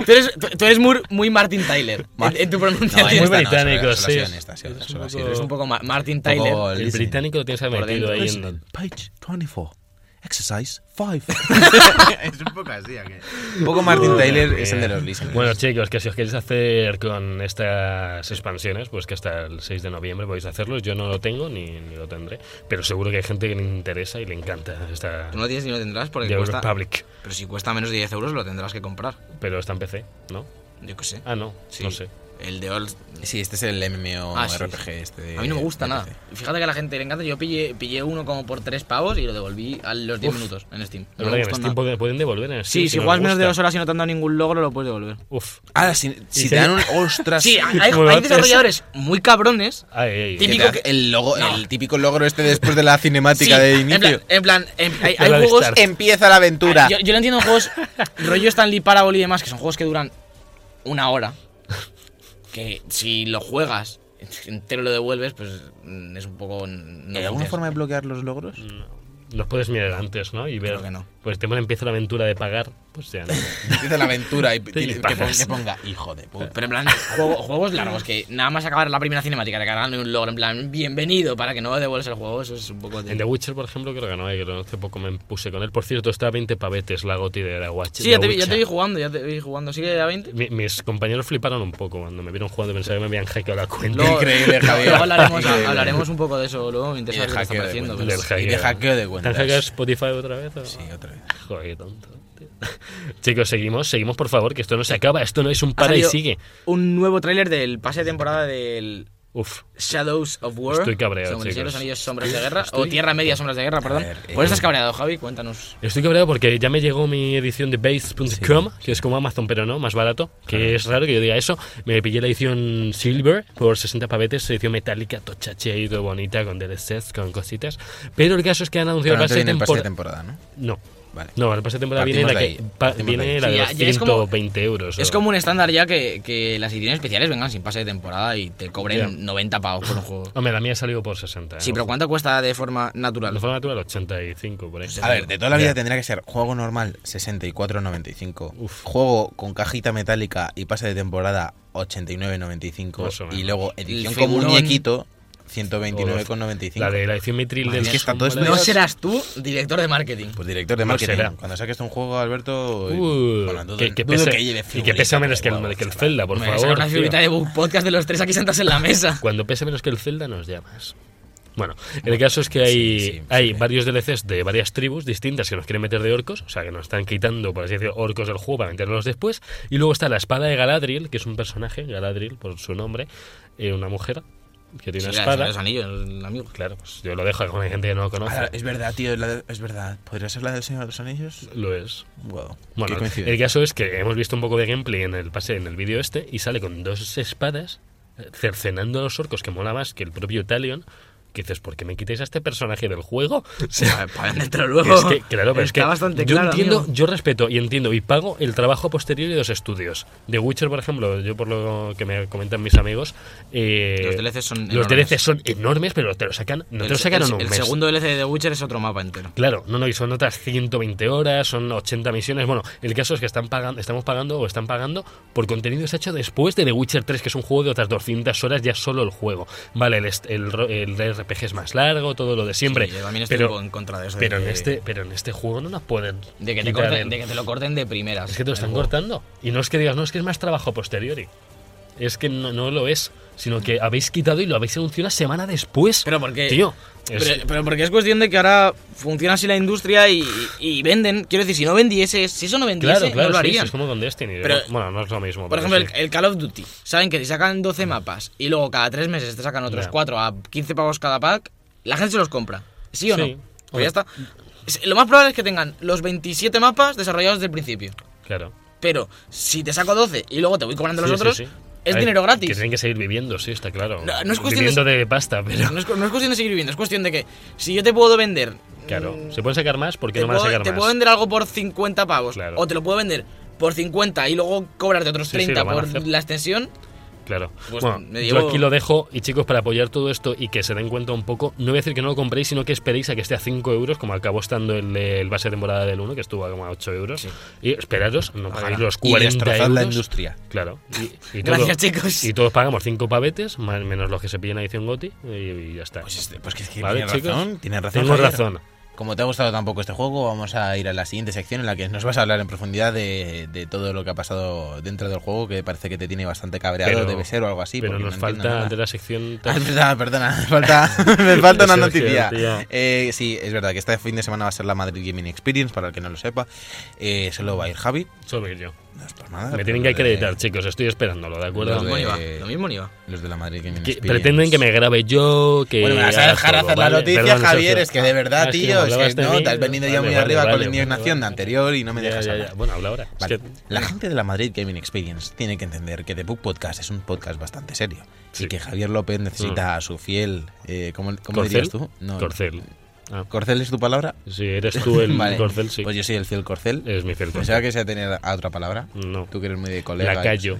C: Tú eres, tú- tú eres muy, muy Martin Tyler en, en tu
B: No, en
C: pronunciación.
A: muy
B: esta no,
A: británico,
B: ¿eh? solo- solo
A: sí.
B: ha sido en esta, sí,
A: Es un
B: solo ha
A: poco-
B: sido en
C: Es
B: esta.
C: un poco Ma- Martin
B: Un poco
C: Tyler.
A: El
B: listening.
A: británico lo tienes metido
C: dentro.
A: ahí en...
B: Pues, Page 24. Exercise
C: [LAUGHS]
B: 5. es un poco así, ¿a qué? Un poco Martin Taylor es el de los listeners.
A: Bueno, chicos, que si os queréis hacer con estas expansiones, pues que hasta el 6 de noviembre podéis hacerlo. Yo no lo tengo ni, ni lo tendré, pero seguro que hay gente que le interesa y le encanta esta
C: Tú no tienes ni lo tendrás porque
A: The Old
C: cuesta.
A: Republic.
C: Pero si cuesta menos de 10 euros lo tendrás que comprar.
A: Pero está en PC, ¿no?
C: Yo qué sé.
A: Ah, no,
C: Sí.
A: no sé.
C: El de Old.
B: sí, este es el MMORPG.
C: Ah, sí,
B: Este de-
C: A mí no me gusta
B: de
C: nada.
B: PC.
C: Fíjate que a la gente le encanta. Yo pillé, pillé uno como por 3 pavos y lo devolví a los 10 minutos en Steam.
A: La
C: No
A: verdad
C: me
A: que en
C: gustó
A: Steam
C: nada.
A: pueden, pueden devolver en Steam
C: Sí, si
A: nos
C: juegas menos de
A: gusta.
C: 2 horas y no te han dado ningún logro, lo puedes devolver.
A: Uf.
B: Ahora, Ah, si, si
A: Y
B: te
A: se-
B: dan un. ¡Ostras!
C: [LAUGHS] Sí, hay, hay-
A: Como
C: hay
A: lo haces.
C: desarrolladores muy cabrones.
A: Ay, ay,
B: que
A: ay.
C: Típico-
B: te hace
C: que-
B: el, logo,
C: No.
B: el típico logro este después de la cinemática
C: Sí,
B: de
C: en plan,
B: inicio.
C: en plan, en- hay,
A: La
C: hay
A: de
C: juegos
A: Star.
B: Empieza la aventura.
C: Ah, Yo, yo lo entiendo en juegos [LAUGHS] rollo Stanley Parable y demás, que son juegos que duran una hora. Que si lo juegas entero lo devuelves, pues mm, es un poco. No
B: ¿Hay alguna forma de bloquear los logros?
C: Mm.
A: Los puedes mirar antes, ¿no? Y ver.
C: Creo que no.
A: Pues te ponen empieza la aventura de pagar. Pues
C: [LAUGHS]
A: ya. no.
B: Empieza la aventura y, tiene- que,
A: pagas.
B: ponga- que ponga hijo de puta.
C: Pero en plan, [LAUGHS] juego- juegos largos, que nada más acabar la primera cinemática, te cargan un logro, en plan, bienvenido, para que no devuelvas el juego, eso es un poco... de-
A: En The Witcher, por ejemplo, creo que no hay, que hace poco me puse con él. Por cierto, está a 20 pavetes la goti de la Watch.
C: Sí, ya te, vi, ya te vi jugando, ya te vi jugando, sigue a 20.
A: Mi- mis compañeros fliparon un poco cuando me vieron jugando, pensaban que me habían hackeado la cuenta. [LAUGHS]
C: Luego-
B: Increíble, Javier.
C: Luego hablaremos,
B: Increíble.
C: hablaremos un poco de eso, luego me
B: Y
C: interesa
B: de
C: lo que está
B: hackeo de
C: apareciendo.
B: cuentas.
A: pero-
B: Y de hackeo de cuentas.
A: ¿Te han hackeado Spotify otra vez? o no? Ah,
B: Sí, otra vez.
A: Joder, qué tonto. tío. [LAUGHS] Chicos, seguimos, seguimos, por favor, que esto no se acaba, esto no es un
C: Ha
A: para y
C: salido
A: sigue.
C: Un nuevo tráiler del pase de temporada del
A: Uf,
C: Shadows of War.
A: Estoy cabreado,
C: Sobre el Señor de los
A: chicos.
C: Anillos, Sombras de Guerra. O Tierra Media, Sombras de Guerra, perdón.
B: ver, eh,
C: Por eso estás cabreado, Javi, cuéntanos.
A: estoy cabreado porque ya me llegó mi edición de Base.com, que es como Amazon, pero no, más barato. Que es raro que yo diga eso. Me pillé la edición Silver por 60 pavetes, edición metálica, tochache y todo bonita, con DLCs, con cositas. Pero el caso es que han anunciado
B: Pero no te
A: pase de
B: viene el pase de
A: tempora-
B: temporada, ¿no?
A: No.
B: Vale.
A: No, el pase de temporada viene
B: Partimos
A: la,
B: de
A: que,
B: ahí,
A: pa-
B: partimos de
A: viene
B: ahí.
A: la de
C: Sí,
A: los
C: ya- ya es como-
A: 120 euros.
C: Es
A: o-
C: como un estándar ya que, que las ediciones especiales vengan sin pase de temporada y te cobren
A: Ya.
C: 90 pavos por
A: [LAUGHS]
C: un juego.
A: Hombre, la mía ha salido por 60.
C: Sí,
A: ¿no?
C: pero ¿cuánto cuesta de forma
A: De
C: natural?
A: forma natural, 85 por ahí.
B: A ver, de toda la vida tendría que ser juego normal 64.95,
A: Uf.
B: juego con cajita metálica y pase de temporada
A: Más o
B: 89.95 y
A: menos.
B: luego edición
C: El
B: con
C: figurón.
B: muñequito
A: La de
B: 129.95.
A: la edición mitril
B: Madre,
A: del
B: es que está todo
A: Sombra
B: estudiado.
C: No
A: de-
C: serás tú director de marketing.
B: Pues director de
A: No
B: marketing.
A: será.
B: Cuando saques un juego, Alberto,
A: Uh,
B: bueno, dudo-
A: que, que
B: dudo
A: pese,
B: que lleve
A: y que
B: figurita,
A: pese menos que
B: guau,
A: el, que el
B: chaval.
A: Zelda, por
C: Me voy a sacar
A: favor.
C: una
A: tío.
C: figurita de Book Podcast de los tres aquí sentados en la mesa.
A: [LAUGHS] Cuando pese menos que el Zelda, nos llamas. Bueno, el caso es que hay,
B: sí, sí,
A: hay
B: sí.
A: varios DLCs de varias tribus distintas que nos quieren meter de orcos, o sea, que nos están quitando, por así decirlo, orcos del juego para meternos después. Y luego está la espada de Galadriel, que es un personaje, Galadriel por su nombre, eh, una mujer que tiene
C: Sí,
A: una
C: la de
A: espada.
C: los anillos, amigo.
A: Claro, pues yo lo dejo con gente que no lo conoce.
B: Ah, es verdad, tío, la de- es verdad. ¿Podría ser la del Señor de los Anillos?
A: Lo es.
B: Wow.
A: Bueno,
B: Qué
A: el
B: coincidencia.
A: caso es que hemos visto un poco de gameplay en el pase en el vídeo este y sale con dos espadas eh, cercenando a los orcos que mola más que el propio Talion. Que dices, ¿por qué me quitáis a este personaje del
C: [LAUGHS]
A: juego? O sea, [LAUGHS]
C: Para dentro luego.
A: es que, claro, pero es
C: Está
A: que
C: bastante
A: yo
C: claro,
A: entiendo,
C: amigo.
A: yo respeto y entiendo y pago el trabajo posterior de los estudios. De Witcher, por ejemplo, yo por lo que me comentan mis amigos, eh,
C: Los DLCs son
A: los
C: enormes.
A: DLCs son enormes, pero te lo sacan, no te lo
C: se-
A: sacan en
C: el,
A: un
C: el
A: mes.
C: segundo DLC de The Witcher es otro mapa entero.
A: Claro, no, no, y son otras 120 horas, son 80 misiones. Bueno, el caso es que están pagando, estamos pagando o están pagando por contenidos hecho después de The Witcher 3, que es un juego de otras 200 horas ya solo el juego. Vale, el, est- el, ro- el Red RPG es más largo, todo lo de siempre.
C: Sí, yo también estoy
A: pero,
C: un poco en contra de eso. de
A: pero en
C: que-
A: este, pero en este juego no nos pueden.
C: De que, te
A: quitar
C: corten-
A: el-
C: de que te lo corten de primeras.
A: Es que te lo
C: el
A: están
C: juego.
A: cortando. Y no es que digas, no, es que es más trabajo posteriori. Es que no, no lo es, sino que habéis quitado y lo habéis anunciado una semana después.
C: Pero porque.
A: Tío, es-
C: Pero, pero porque es cuestión de que ahora funciona así la industria y, y venden. Quiero decir, si no vendiese, si eso no vendiese,
A: claro, claro,
C: no lo
A: sí, sí,
C: harían.
A: es como con Destiny. ¿eh?
C: Pero-
A: bueno, no es lo mismo.
C: Por
A: pero
C: ejemplo, el,
A: sí.
C: el Call of Duty. Saben que si sacan 12 mapas y luego cada 3 meses te sacan otros
A: Ya.
C: 4 a 15 pavos cada pack, la gente se los compra. ¿Sí o
A: Sí.
C: no? Pues ya está. Es- Lo más probable es que tengan los 27 mapas desarrollados desde el principio.
A: Claro.
C: Pero si te saco 12 y luego te voy cobrando
A: Sí,
C: los
A: sí,
C: otros,
A: sí.
C: es
A: A ver,
C: dinero gratis.
A: Que tienen que seguir viviendo, sí, está claro.
C: No, no es cuestión
A: viviendo de... pasta, pero.
C: No es, cu- no es cuestión de seguir viviendo, es cuestión de que si yo te puedo vender.
A: Claro,
C: mm,
A: se pueden sacar más porque
C: te,
A: no van a
C: puedo,
A: sacar
C: te
A: más.
C: puedo vender algo por 50 pavos.
A: Claro.
C: O te lo puedo vender por 50 y luego cobrarte otros
A: Sí, sí,
C: 30
A: lo van a
C: por
A: hacer.
C: la extensión.
A: Claro.
C: Pues
A: bueno,
C: me llevo-
A: yo aquí lo dejo y chicos, para apoyar todo esto y que se den cuenta un poco, no voy a decir que no lo compréis, sino que esperéis a que esté a 5 euros, como acabó estando el, el base de temporada del 1, que estuvo como a 8 euros. Y esperaros, no pagáis los
B: y
A: 40
B: destrozad
A: euros.
B: la industria.
A: Claro. Y, y todo-
C: Gracias, chicos.
A: Y todos pagamos 5 pavetes, más, menos los que se piden a edición GOTI, y, y ya está.
B: Pues, este- pues que, es que
A: Vale,
B: tienen
A: chicos,
B: razón, tienen razón.
A: Tengo
B: Javier.
A: razón.
B: Como te ha gustado tampoco este juego, vamos a ir a la siguiente sección en la que nos vas a hablar en profundidad de, de todo lo que ha pasado dentro del juego, que parece que te tiene bastante cabreado,
A: Pero-
B: debe ser o algo así.
A: pero
B: porque
A: nos
B: no entiendo
A: falta
B: nada.
A: de la sección.
B: [LAUGHS] Ah, es
A: [LAUGHS]
B: verdad, perdona, me falta, me falta una
A: Sergio,
B: noticia.
A: tío.
B: Eh, sí, es verdad que este fin de semana va a ser la Madrid Gaming Experience, para el que no lo sepa. Eh, solo va a ir Javi.
A: Solo ir yo.
B: No es por nada.
A: Me
B: Ah, pero
A: tienen que
B: los de-
A: acreditar, chicos, estoy esperándolo, ¿de
C: Lo
A: acuerdo?
B: Los
C: mismo ni va.
B: de-
C: Lo mismo ni va.
B: Los de la Madrid Gaming
A: Que
B: Experience.
A: pretenden que me grabe yo, que...
B: Bueno, me vas a
A: haga
B: dejar
A: todo,
B: hacer
A: ¿vale?
B: la noticia,
A: Perdón,
B: Javier.
A: Sergio.
B: Es que de verdad,
A: Ah, es que
B: tío,
A: me
B: es que,
A: hablabas de
B: no,
A: mí,
B: te has venido ya
A: vale,
B: muy
A: vale,
B: arriba
A: vale,
B: con la indignación
A: vale,
B: de anterior y no me
A: Ya,
B: dejas
A: ya,
B: hablar.
A: ya. Bueno, habla ahora. Es
B: Vale.
A: que-
B: La gente de la Madrid Gaming Experience tiene que entender que The Book Podcast es un podcast bastante serio
A: Sí. Mm.
B: y que Javier López necesita a su fiel. Eh, ¿Cómo, cómo
A: ¿Corcel?
B: dirías tú? No,
A: Corcel. Ah,
B: ¿Corcel es tu palabra?
A: si eres tú el
B: [LAUGHS] Vale.
A: corcel, sí.
B: Pues yo soy el fiel Corcel.
A: Es mi fiel corcel.
B: Pensaba que se tenía a otra palabra.
A: No.
B: Tú que eres muy de colega.
A: Lacayo.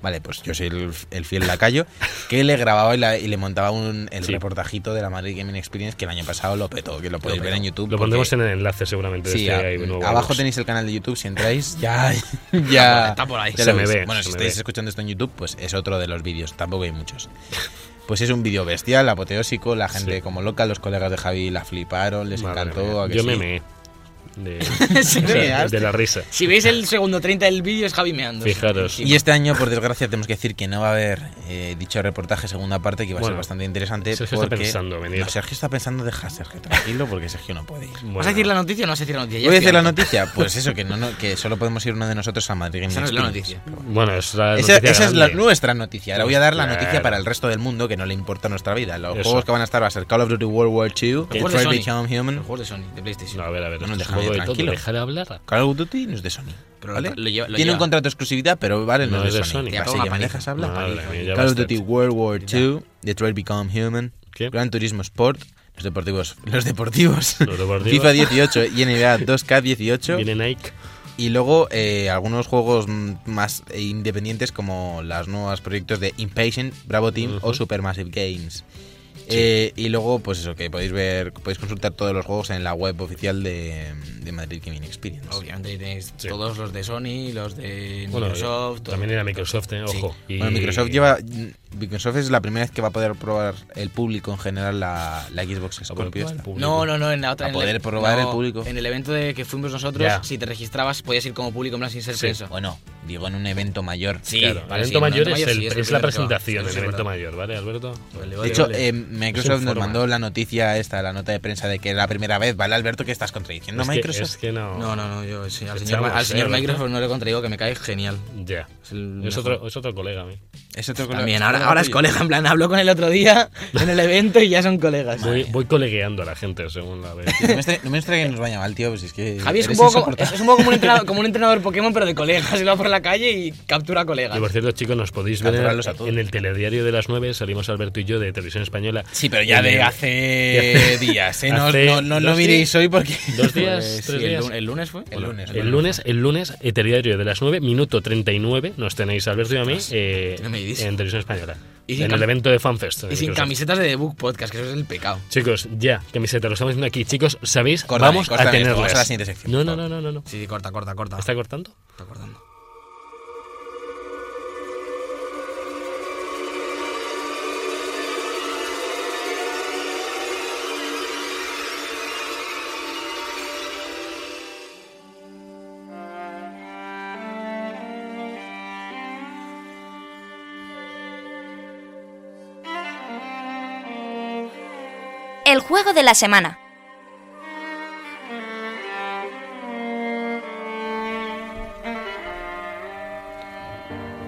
B: Vale, pues yo soy el, el fiel lacayo que le grababa y, la- y le montaba un, el
A: Sí.
B: reportajito de la Madrid Gaming Experience que el año pasado lo petó, que lo podéis ver en YouTube.
A: Lo
B: porque-
A: pondremos en el enlace seguramente.
B: Sí,
A: de
B: a-
A: este nuevo
B: abajo
A: Vox.
B: tenéis el canal de YouTube, si entráis
A: [LAUGHS]
B: ya... ya
C: Está por ahí.
B: ya
A: Se
B: lo
A: me
B: veis.
A: ve,
B: Bueno,
A: se
B: si
A: me
B: estáis
A: ve.
B: escuchando esto en YouTube, pues es otro de los vídeos, tampoco hay muchos. Pues es un vídeo bestial, apoteósico, la gente
A: Sí.
B: como loca, los colegas de Javi la fliparon, les
A: Madre
B: encantó.
A: mía.
B: ¿a que
A: Yo
B: sí?
A: me meé.
B: [LAUGHS]
A: De,
C: Sí,
A: o sea,
B: measte.
A: de la risa.
C: Si veis el segundo 30 del vídeo es Javi meando.
A: Fijaros.
B: Y este año, por desgracia, tenemos que decir que no va a haber eh, dicho reportaje segunda parte, que va a ser
A: Bueno,
B: bastante interesante.
A: Sergio está
B: porque-
A: pensando venir.
B: No, Sergio está pensando, deja Sergio tranquilo, porque Sergio no
C: [LAUGHS]
B: puede ir.
C: ¿Vas a decir la noticia o no vas a decir la noticia? Ya
B: ¿Voy a
C: estoy
B: decir la
C: harto.
B: noticia? Pues eso, que, no, no- que solo podemos ir uno de nosotros a Madrid. Gaming
C: Esa no es la
B: Experience.
C: noticia.
A: Bueno, es la
B: Esa,
A: noticia
B: esa es la-
A: grande.
B: nuestra noticia. Ahora voy a dar la
A: Claro.
B: noticia para el resto del mundo que no le importa nuestra vida. Los
A: Eso.
B: juegos que van a estar va a ser Call of Duty World War II,
C: juegos
B: Detroit
C: de Sony.
B: Become
C: Los
B: Human.
C: juegos de Sony, de PlayStation.
A: No, a ver, a ver.
B: No,
A: esto
B: no,
A: es un
B: déjame,
A: juego de todo,
B: tranquilo.
A: Deja de hablar.
B: Call of Duty no es de Sony.
C: Pero
B: ¿vale?
C: lo- lo lleva- lo
B: Tiene un
C: lleva-
B: contrato de exclusividad, pero vale, no,
A: No
B: es de Sony.
A: Te
B: Así
C: acabo
B: que
C: una
B: me dejas hablar.
A: Madre mía, ya
B: Call of
A: basta.
B: Duty World War II, Detroit Become Human,
A: ¿Qué?
B: Gran Turismo Sport, los deportivos, los deportivos,
A: Los deportivos.
B: [LAUGHS] FIFA 18 y NBA 2K18.
A: Viene Nike.
B: Y luego eh, algunos juegos mm, más eh, independientes como los nuevos proyectos de Impatient, Bravo Team o Supermassive Games. Eh, y luego, pues eso, que podéis ver, podéis consultar todos los juegos en la web oficial de, de Madrid Gaming Experience.
C: Obviamente tenéis
A: Sí.
C: todos los de Sony, los de
A: Bueno,
C: Microsoft. todo.
A: también era Microsoft, eh,
C: Sí.
A: ojo. Y-
B: Bueno, Microsoft lleva. mm, Microsoft es la primera vez que va a poder probar el público en general la, la Xbox Scorpio.
A: Bueno,
B: esta.
A: público.
C: No, no, no, en la otra.
B: A
C: en el- e-
B: poder probar
C: no,
B: el público.
C: En el evento de que fuimos nosotros,
A: Ya.
C: si te registrabas, podías ir como público en plan sin ser
A: Sí.
C: prensa.
B: O no, digo en un evento mayor.
C: Sí,
A: Claro,
C: vale,
A: el
C: sí,
A: evento mayor,
C: el evento
A: es,
C: mayor
A: el-
C: sí, es
A: es
C: el
A: la
C: primero que va.
A: presentación,
C: Eso es
A: el evento
C: verdad.
A: mayor, ¿vale, Alberto?
C: Vale,
B: De
C: vale,
B: hecho,
C: vale.
B: eh, Microsoft nos
A: informa.
B: mandó la noticia esta, la nota de prensa de que es la primera vez, ¿vale, Alberto? Que estás contradiciendo a
A: Es que-
B: Microsoft.
A: es que no.
C: No, no, no, yo sí, al
A: Echamos,
C: señor, al señor
A: eh,
C: Microsoft no le contraigo que me cae genial.
A: Ya.
C: Es el
A: Es
C: mejor.
A: otro, es otro colega a mí.
B: Es otro colega-
C: También, ahora, ahora es colega, en plan, habló con él
A: [LAUGHS]
C: otro día en el evento y ya son colegas.
A: Voy, voy colegueando a la gente según la vez.
B: No me extra- no me extraña que nos vaya mal, tío. Pues es que
C: Javi es un,
B: eres
C: poco como,
B: insoportable.
C: es un poco como un entrenador, como un entrenador Pokémon, pero de colegas. Y va por la calle y captura colegas.
A: Y por cierto, chicos, nos podéis ver en,
B: Capturarlos a todos.
A: en el telediario de las 9. Salimos Alberto y yo de Televisión Española.
B: Sí, pero ya
A: En
B: de
A: el-
B: hace [LAUGHS] días, ¿eh? No,
A: Hace
B: no, no, no
A: dos
B: miréis
A: días.
B: hoy porque.
A: Dos días,
C: Pues,
A: tres
C: sí, el,
A: días.
C: lu- el lunes fue.
B: El lunes.
A: El lunes, el lunes, eh, telediario de las 9, minuto 39, nos tenéis Alberto y a mí
B: Ah,
A: eh,
C: tiene medidísimo.
A: en Televisión Española.
C: Y sin
A: en
C: cam-
A: el evento de FanFest. de
C: Y sin
A: Microsoft.
C: camisetas de The Book Podcast, que eso es el pecado.
A: Chicos, ya, camiseta, lo estamos viendo aquí. Chicos, ¿sabéis?
B: Córtame,
A: Vamos
B: córtame
A: a
B: esto,
A: tenerlas.
B: vamos a la siguiente sección,
A: no,
B: por
A: no, no,
B: favor.
A: no, no, no.
C: Sí, sí, corta, corta, corta.
A: ¿Está cortando?
C: Está [LAUGHS] cortando.
D: El juego de la semana.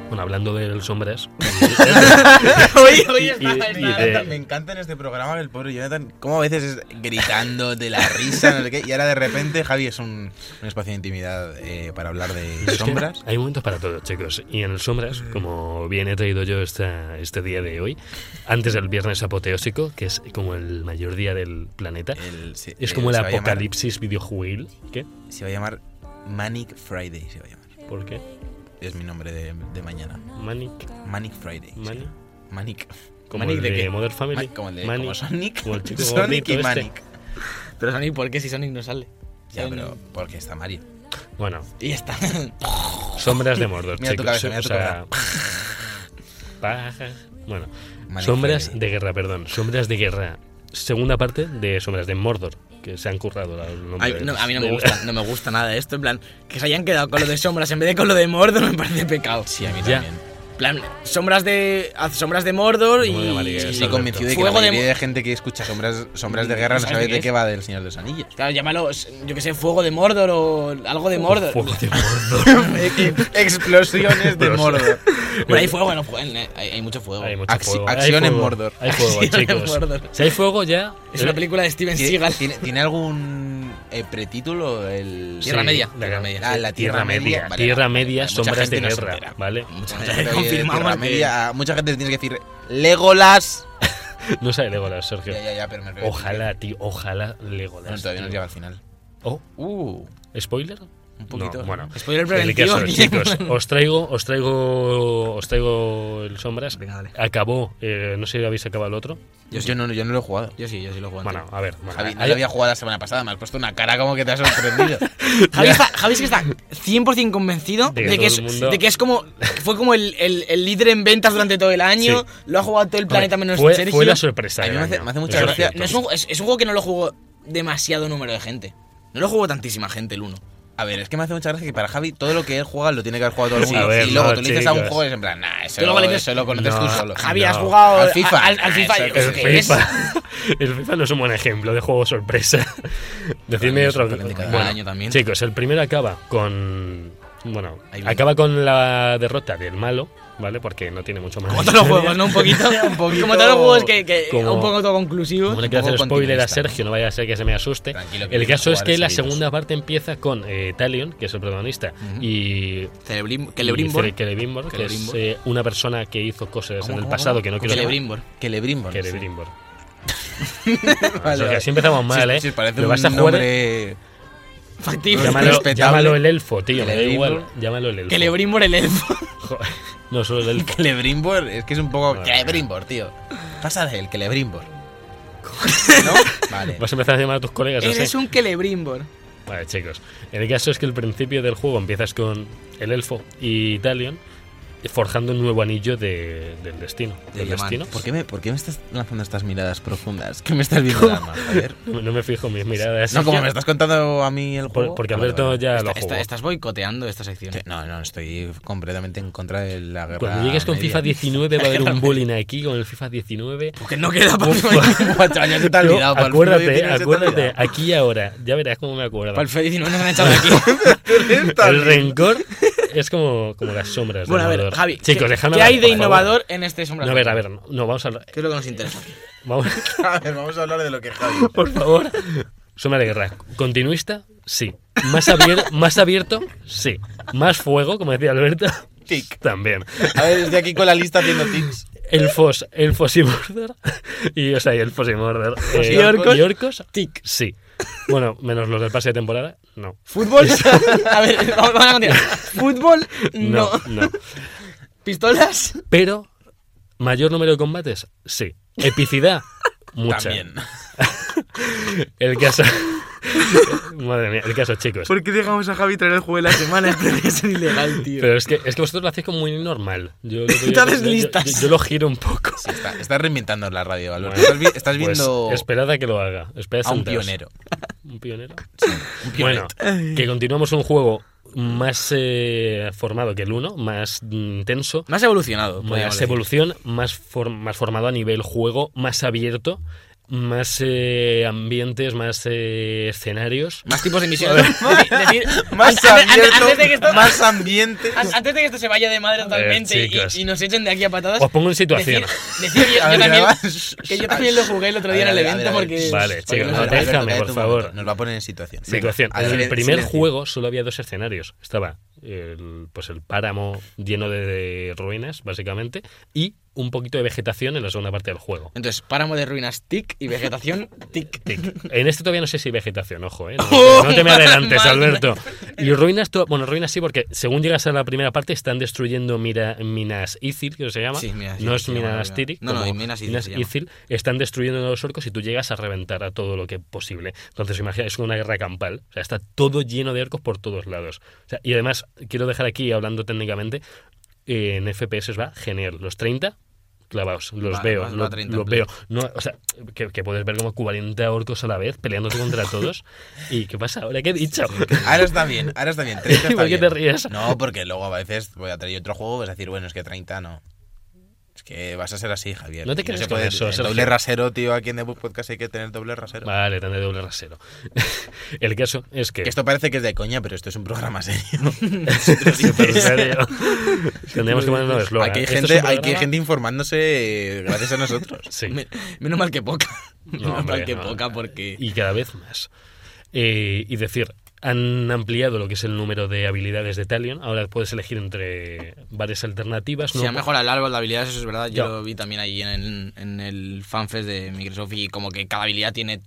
A: Bueno, hablando de los hombres,
C: hoy, hoy
A: Y-
C: está,
A: y- [LAUGHS]
C: está-
A: y de-
B: Me encanta en este programa el pobre Jonathan, como a veces es gritando de la risa, no sé qué, y ahora de repente Javi es un, un espacio de intimidad eh, para hablar de
A: Es que [LAUGHS]
B: sombras. Mm.
A: Hay momentos para todo, chicos. Y en el Sombras, como bien he traído yo esta, este día de hoy, antes del viernes apoteósico, que es como el mayor día del planeta,
B: El- se-
A: es
B: eh,
A: como el
B: se va a llamar-
A: apocalipsis videojuegil. ¿Qué?
B: se va a llamar Manic Friday, se va a llamar.
A: ¿Por qué?
B: Es mi nombre de, de mañana.
A: Manic.
B: Manic Friday. se
A: Manic.
B: llama. Manic.
A: Como
B: ¿Manic
A: el
B: de
A: de,
B: qué?
A: Modern Family.
B: Ma- como el de
A: Manic.
B: como Sonic.
A: Como el chico
B: [LAUGHS] Sonic
A: gordito
B: y
A: este.
B: Manic.
C: Pero Sonic, ¿por qué si Sonic no sale?
B: Ya,
C: Sale
B: pero
C: en-
B: porque está Mario.
A: Bueno,
C: Y ya está. [LAUGHS]
A: sombras de Mordor,
B: Mira tu
A: chicos. eh,
B: cabeza, mira
A: o
B: tu
A: sea, paja. Bueno,
B: Manic
A: sombras
B: Friday.
A: de guerra, perdón. Sombras de guerra. Segunda parte de Sombras de Mordor, que se han currado la- el nombre
C: Ay, no, a mí no me
A: del- [LAUGHS]
C: gusta, no me gusta nada esto. En plan, que se hayan quedado con lo de sombras en vez de con lo de Mordor [LAUGHS] me parece pecado.
B: Sí, a mí
A: Ya.
B: también.
C: En plan, sombras de, haz sombras de Mordor y.
A: Como de Madrid,
C: y-
A: sí,
B: Estoy
A: Correcto.
B: convencido de que
C: Fuego
B: la
C: de
B: mayoría
C: mo-
B: de, gente que escucha Sombras, sombras de
C: Mm,
B: Guerra no
C: ¿sabes
B: sabe
C: qué
B: de
C: es?
B: qué va del Señor de los Anillos.
A: [LAUGHS]
C: Claro, llámalo, yo que sé, fuego de Mordor o algo de Mordor.
A: Fuego de Mordor.
B: Explosiones de
A: Pero-
B: Mordor.
C: Pero hay fuego en el juego, en- eh, hay, hay mucho fuego.
A: Hay mucho
B: Acci-
A: fuego.
B: acción
A: hay
B: en
A: fuego.
B: Mordor.
A: Hay fuego,
C: Acción en
A: chicos.
C: Mordor.
A: Si hay fuego ya. eh,
C: Es una película de Steven
B: ¿Tiene,
C: Seagal.
B: tiene, tiene algún eh, pretítulo? El...
C: Tierra
A: Sí,
C: Media.
A: la
C: Tierra
A: gran-
C: Media.
B: Ah, la
A: Tierra Media.
B: Vale,
A: Tierra
B: vale,
A: Media,
B: vale, mucha
A: sombras de
B: gente no se
A: guerra,
B: entera.
A: ¿vale?
C: Mucha
B: Mucha
C: gente
B: gente oye de
C: confirmamos
B: Tierra
C: que-
B: Media, a mucha gente le tienes que decir Legolas.
A: No sale Legolas, Sergio.
B: Ya, ya, ya, pero me refiero-
A: Ojalá, tío, ojalá Legolas.
B: Bueno, todavía no
A: tío.
B: llega al final.
A: Oh,
B: Uh,
A: ¿spoiler?
B: un poquito.
A: No, bueno.
C: Spoiler
A: En el caso,
C: preventivo. tío.
A: chicos, os traigo, os traigo, os traigo el sombras.
C: Venga, dale.
A: Acabó, eh, no sé si habéis acabado el otro.
B: Yo, yo no, yo no lo he jugado.
C: Yo sí, yo sí lo juego.
A: Bueno,
C: Bueno.
A: Pues a ver. bueno,
B: Javi, no
A: hay-
B: lo había jugado la semana pasada, me has puesto una cara como que te has sorprendido.
A: [LAUGHS]
C: Javi, está, Javi es que está 100% convencido
A: De
C: de
A: que
C: que,
A: todo
C: es,
A: el mundo-
C: de que es como. Fue como el, el- el líder en ventas durante todo el año.
A: Sí.
C: Lo ha jugado todo el planeta menos
A: fue,
C: Sergio.
A: fue la sorpresa. eh,
B: A mí
A: del
B: me hace-
A: año,
B: me hace mucha
A: eso es
B: gracia.
A: cierto.
C: No, es, un, ju- es- es un juego que no lo jugó demasiado número de gente. No lo jugó tantísima gente el 1.
B: A ver, es que me hace mucha gracia que para Javi todo lo que él juega lo tiene que haber jugado todo el
A: Sí,
B: mundo.
A: a ver,
B: y luego
A: no,
B: tú le dices a un
A: chicos.
B: juego y es en plan, nah, eso,
C: Tú luego le dices-
B: eso lo conoces
A: No,
B: tú solo.
C: Javi, has
A: No.
C: jugado
B: Al
C: a-
B: FIFA.
C: Al, al
B: Ah,
C: FIFA.
B: eso que
C: yo creo
A: El
C: que es-
A: FIFA, [LAUGHS] el FIFA no es un buen ejemplo de juego sorpresa. [LAUGHS] Decidme
B: Para mí
A: otro.
B: sorprende cada
C: año también.
A: Chicos, el primero acaba con. Bueno,
C: Ahí viene.
A: acaba con la derrota del malo, ¿vale? Porque no tiene mucho más.
C: Como todos los
A: historia.
C: juegos, ¿no? Un poquito.
A: [LAUGHS]
B: Un poquito-
C: Como todos los juegos que. que
A: Como-
C: un poco todo conclusivo.
A: Como le quiero
B: un
A: hacer
B: poco
A: spoiler a
B: continuista, ¿no?
A: Sergio, no vaya a ser que se me asuste.
B: Tranquilo, que
A: El
B: voy a
A: caso es
B: jugar
A: que la
B: seguidos.
A: segunda parte empieza con eh, Talion, que es el protagonista, y.
C: Celebrim-
A: y Cele-
C: Celebrimbor.
A: Celebrimbor, que es
C: Celebrimbor.
A: eh, una persona que hizo cosas en
B: ¿Cómo,
A: el
B: cómo,
A: pasado
B: cómo?
A: que no quiero llamar.
C: Celebrimbor.
B: Que le brimbo. [LAUGHS]
A: Celebrimbor.
B: Vale,
A: Sergio,
B: vale.
A: así empezamos mal,
B: Sí,
A: ¿eh?
B: sí, parece
A: Lo vas
B: un
A: a jugar-
B: nombre-
C: Factible. [LAUGHS]
A: Llámalo,
B: Respetable.
A: llámalo el elfo, tío, me da
B: Celebrimbor.
A: igual. Llámalo el elfo.
C: Celebrimbor el elfo.
A: Jo- No, solo el
B: [LAUGHS]
A: elfo.
B: Celebrimbor, es que es un poco.
A: Vale.
B: Celebrimbor, tío. Pasa de él, Celebrimbor. ¿No? [LAUGHS] Vale.
A: Vas a empezar a llamar a tus colegas así.
C: Eres un Celebrimbor.
A: Vale, chicos. El caso es que el principio del juego empiezas con el elfo y Talion forjando un nuevo anillo de- del destino.
C: De
A: del
C: diamante.
A: destino.
B: ¿Por qué, me, ¿Por qué me estás lanzando estas miradas profundas? ¿Qué me estás viendo, Dama?
A: [LAUGHS]
B: A ver.
A: No no me fijo en mis miradas.
B: No, como me estás contando a mí el
A: Por-
B: juego.
A: porque
B: Ah, vale,
A: Alberto
B: vale.
A: ya lo
C: Está-
A: jugó.
C: está- estás boicoteando esta sección.
B: Sí, No, no, estoy completamente en contra de la guerra.
A: Cuando llegues con
B: media.
A: FIFA 19 va a haber un bullying aquí con el FIFA 19.
C: Porque no queda para
B: Cuatro años se te ha olvidado. para el fútbol
A: acuérdate,
B: tiene que ser
A: acuérdate,
B: olvidado.
A: aquí y ahora. Ya verás cómo me acuerdo.
C: el Fedi no nos han echado de [LAUGHS] aquí.
A: [LAUGHS] El rencor es como, como las sombras. de
C: bueno, a ver,
A: Mordor.
C: Javi.
A: Chicos,
C: ¿qué,
A: dejadme
C: ¿Qué
A: hablar,
C: hay de
A: por favor.
C: innovador en este sombra?
A: No, a ver, a ver, no, no, vamos a
C: ¿Qué es lo que nos interesa? aquí?
A: vamos,
B: A ver, vamos a hablar de lo que Javi.
A: por favor. Sombra de guerra. ¿Continuista? Sí. ¿Más, abier- ¿Más abierto? Sí. ¿Más fuego, como decía Alberto?
B: Tic.
A: También.
B: A ver, estoy aquí con la lista haciendo tics.
A: Elfos, elfos y Mordor. Y, o sea, y elfos y Mordor. Eh,
B: ¿Y orcos?
A: ¿Y orcos?
C: Tic.
A: Sí. Bueno, menos los del pase de temporada, no.
C: ¿Fútbol? [LAUGHS] a ver, [LAUGHS] vamos, vamos a continuar. ¿Fútbol? No.
A: No, no.
C: ¿Pistolas?
A: Pero, ¿mayor número de combates? Sí. ¿Epicidad? Mucha.
B: También.
A: El caso. [LAUGHS] Madre mía, el caso, chicos.
C: ¿Por qué dejamos a Javi traer el juego de la semana? [LAUGHS] Esto es ilegal, tío.
A: Pero es que, es que vosotros lo hacéis como muy normal.
C: [LAUGHS]
A: Yo, yo-
C: Tú te haces
A: yo- yo-
C: listas.
A: Yo, yo lo giro un poco.
B: Sí, está- estás reinventando la radio, Alberto.
A: Bueno,
B: estás, vi- estás
A: Pues,
B: viendo
A: esperad a que lo haga. Esperad
B: a un
A: sentaos.
B: pionero.
A: ¿Un
B: [LAUGHS]
A: pionero?
B: Un pionero.
A: Bueno, que continuamos un juego más eh, formado que el 1, más intenso,
C: Más evolucionado. podríamos
A: más
C: decir.
A: evolución, más, for- más formado a nivel juego, más abierto, más eh, ambientes, más eh, escenarios.
C: Más tipos de misiones. Es [LAUGHS] decir,
B: Más
C: an- an- an-
B: abierto,
C: antes de que esto- Ah,
B: más ambiente.
C: An- Antes de que esto se vaya de madre totalmente y-
A: chicos.
C: y, nos echen de aquí a patadas.
A: Os pongo en situación.
C: Decir, decir yo, yo
B: A ver,
C: también,
B: va.
C: que yo también lo jugué el otro día
B: A
C: en el
B: ver, a ver,
C: evento
B: a ver.
C: porque.
A: Vale,
C: porque
A: chicos,
C: no se-
A: déjame,
B: Alberto, cállate
A: por
B: un
A: favor.
B: momento, Nos va a poner en situación.
A: Situación.
B: Venga, a
A: en
B: ver,
A: el primer
B: silencio.
A: juego solo había dos escenarios. Estaba el, pues el páramo lleno de, de ruinas, básicamente, y un poquito de vegetación en la segunda parte del juego.
C: Entonces, páramo de ruinas, tic,
A: [LAUGHS]
C: y vegetación, tic.
A: Tic. En este todavía no sé si vegetación, ojo, ¿eh? No, no te me adelantes,
C: Madre.
A: Alberto. Y ruinas, to- bueno, ruinas sí, porque según llegas a la primera parte están destruyendo mira- Minas Ithil, que se llama.
C: Sí, Minas
A: no
C: Ithil
A: es
C: se llama,
A: Minas
C: verdad.
A: Tirith.
C: No, no,
A: como
C: Minas Ithil se llama.
A: Ithil. Están destruyendo los orcos y tú llegas a reventar a todo lo que es posible. Entonces, imagina, es una guerra campal. O sea, está todo lleno de orcos por todos lados. O sea, y además, quiero dejar aquí, hablando técnicamente, eh, en FPS va genial. Los 30 clavados, los
C: Va-
A: veo,
C: va- va
A: lo-
C: 30
A: los
C: play.
A: veo. No, o sea, que, que puedes ver como 40 orcos a la vez peleándote
B: [LAUGHS]
A: contra todos. ¿Y qué pasa ahora? ¿Qué he dicho?
B: Ahora está bien, ahora está bien.
A: [LAUGHS]
B: 30 está
A: ¿Por qué
B: bien.
A: te ríes?
B: No, porque luego a veces voy a traer otro juego y vas a decir, bueno, es que 30 no. Es que vas a ser así, Javier.
A: No te
B: Y
A: creas
B: se
A: con
B: puede-
A: eso,
B: el
A: Sergio.
B: doble rasero, tío, aquí en The Book Podcast hay que tener doble rasero.
A: Vale, tan de doble rasero. [LAUGHS] El caso es que...
B: Que esto parece que es de coña, pero esto es un programa serio.
A: [LAUGHS] Súper serio.
B: [LAUGHS]
A: Tendríamos que ponernos eslogan.
B: aquí hay
A: Esto es un
B: gente, aquí hay
A: programa-
B: gente informándose eh, gracias a nosotros.
A: [LAUGHS] Sí.
C: Me- menos mal que poca. [LAUGHS] menos
A: hombre,
C: mal que
A: no.
C: poca porque.
A: y cada vez más. Eh, y decir, han ampliado lo que es el número de habilidades de Talion. Ahora puedes elegir entre varias alternativas.
C: Se ha
A: ¿no?
C: mejorado el árbol de habilidades, eso es verdad. Yo
A: Ya.
C: lo vi también ahí en, en el fanfest de Microsoft y como que cada habilidad tiene.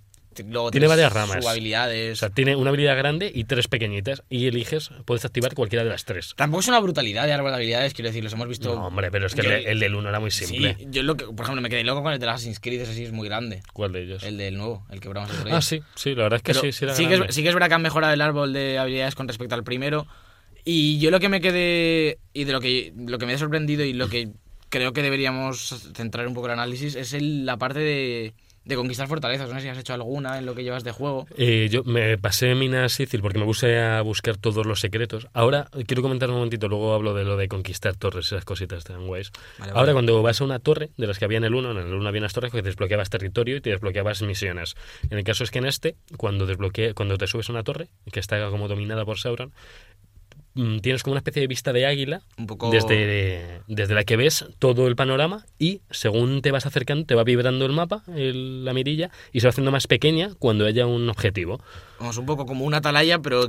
C: Luego
A: Tiene
C: tres
A: varias ramas. O
C: subhabilidades.
A: sea, tiene una habilidad grande y tres pequeñitas. Y eliges, puedes activar cualquiera de las tres.
C: Tampoco es una brutalidad de árbol de habilidades, quiero decir, los hemos visto.
A: No, hombre, pero es que
C: Yo-
A: el, el del uno era muy simple.
C: Sí, yo lo que, por ejemplo, me quedé loco con el de las inscritas, así es muy grande.
A: ¿Cuál de ellos?
C: El del nuevo, el que probamos el otro día.
A: Pues Ah, sí, sí, la verdad es que
C: Pero
A: sí, sí era
C: que
A: grande.
C: es, sí que es verdad que han mejorado el árbol de habilidades con respecto al primero. Y yo lo que me quedé. Y de lo que, lo que me ha sorprendido y lo que creo que deberíamos centrar un poco el análisis es el- la parte de, de conquistar fortalezas. No sé si has hecho alguna en lo que llevas de juego.
A: Eh, yo me pasé Minas Ithil porque me puse a buscar todos los secretos. Ahora eh, quiero comentar un momentito, luego hablo de lo de conquistar torres, esas cositas tan guays.
C: Vale, vale.
A: Ahora cuando vas a una torre, de las que había en el 1, en el 1 había unas torres que desbloqueabas territorio y te desbloqueabas misiones. En el caso es que en este, cuando, desbloquea, cuando te subes a una torre, que está como dominada por Sauron, mm, tienes como una especie de vista de águila
C: Un poco-
A: desde, desde la que ves todo el panorama y según te vas acercando te va vibrando el mapa, el- la mirilla, y se va haciendo más pequeña cuando haya un objetivo.
C: Vamos, un poco como una atalaya, pero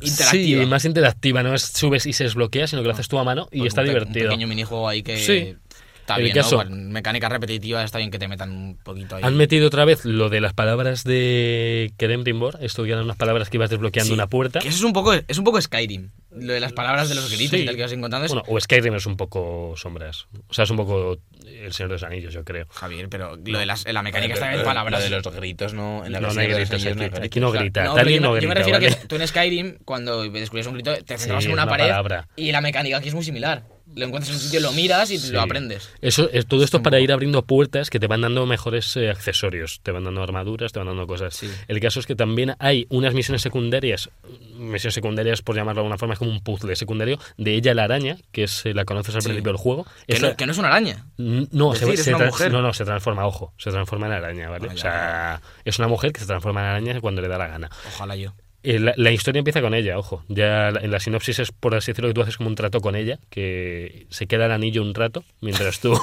C: interactiva.
A: Sí, más interactiva, no es subes y se desbloquea, sino que lo haces tú a mano y
C: Pues
A: está
C: un pe-
A: divertido.
C: Un pequeño minijuego ahí que.
A: Sí.
C: Está
A: El
C: bien,
A: caso-
C: ¿no? Con mecánicas repetitivas está bien que te metan un poquito ahí.
A: Han metido otra vez lo de las palabras de Keremrimbor, esto que eran unas palabras que ibas desbloqueando
C: Sí,
A: una puerta.
C: Que eso es un poco, es un poco Skyrim. Lo de las palabras de los gritos
A: Sí.
C: y tal que vas encontrando es.
A: Bueno, o Skyrim es un poco sombras. O sea, es un poco El Señor de los Anillos, yo creo.
C: Javier, pero lo de las, la mecánica está
B: Pero
C: en
B: lo-
C: palabras.
B: lo de los gritos no. En la
A: No, no
B: versión
A: hay
B: de los
A: gritos
B: años
A: aquí.
B: no hay
A: Aquí no
B: gritos.
A: grita.
C: No, pero
A: Tali
C: yo,
A: no
C: me- yo
A: grita,
C: me refiero
A: ¿vale?
C: a que tú en Skyrim, cuando descubrías un grito, te centrabas
A: Sí,
C: en una,
A: una
C: pared
A: palabra.
C: y la mecánica aquí es muy similar. Lo encuentras en un sitio, lo miras y
A: Sí.
C: lo aprendes.
A: Eso, es- todo esto es para ir abriendo puertas que te van dando mejores eh, accesorios, te van dando armaduras, te van dando cosas.
C: Sí.
A: El caso es que también hay unas misiones secundarias, misiones secundarias por llamarlo de alguna forma, es como un puzzle secundario, de ella la araña, que es, eh, la conoces al
C: Sí.
A: principio del juego.
C: Que
A: Esa-
C: no, que no es una araña.
A: N- No,
C: Es
A: se,
C: decir, es
A: se
C: una
A: tran-
C: mujer.
A: no, no, se transforma, ojo, se transforma en araña, ¿vale?
C: Ah,
A: o
C: ya,
A: sea, es una mujer que se transforma en araña cuando le da la gana.
C: Ojalá yo.
A: Eh, la, la historia empieza con ella, ojo. Ya la- en la sinopsis es, por así decirlo, que tú haces como un trato con ella, que se queda el anillo un rato, mientras
C: [LAUGHS]
A: tú...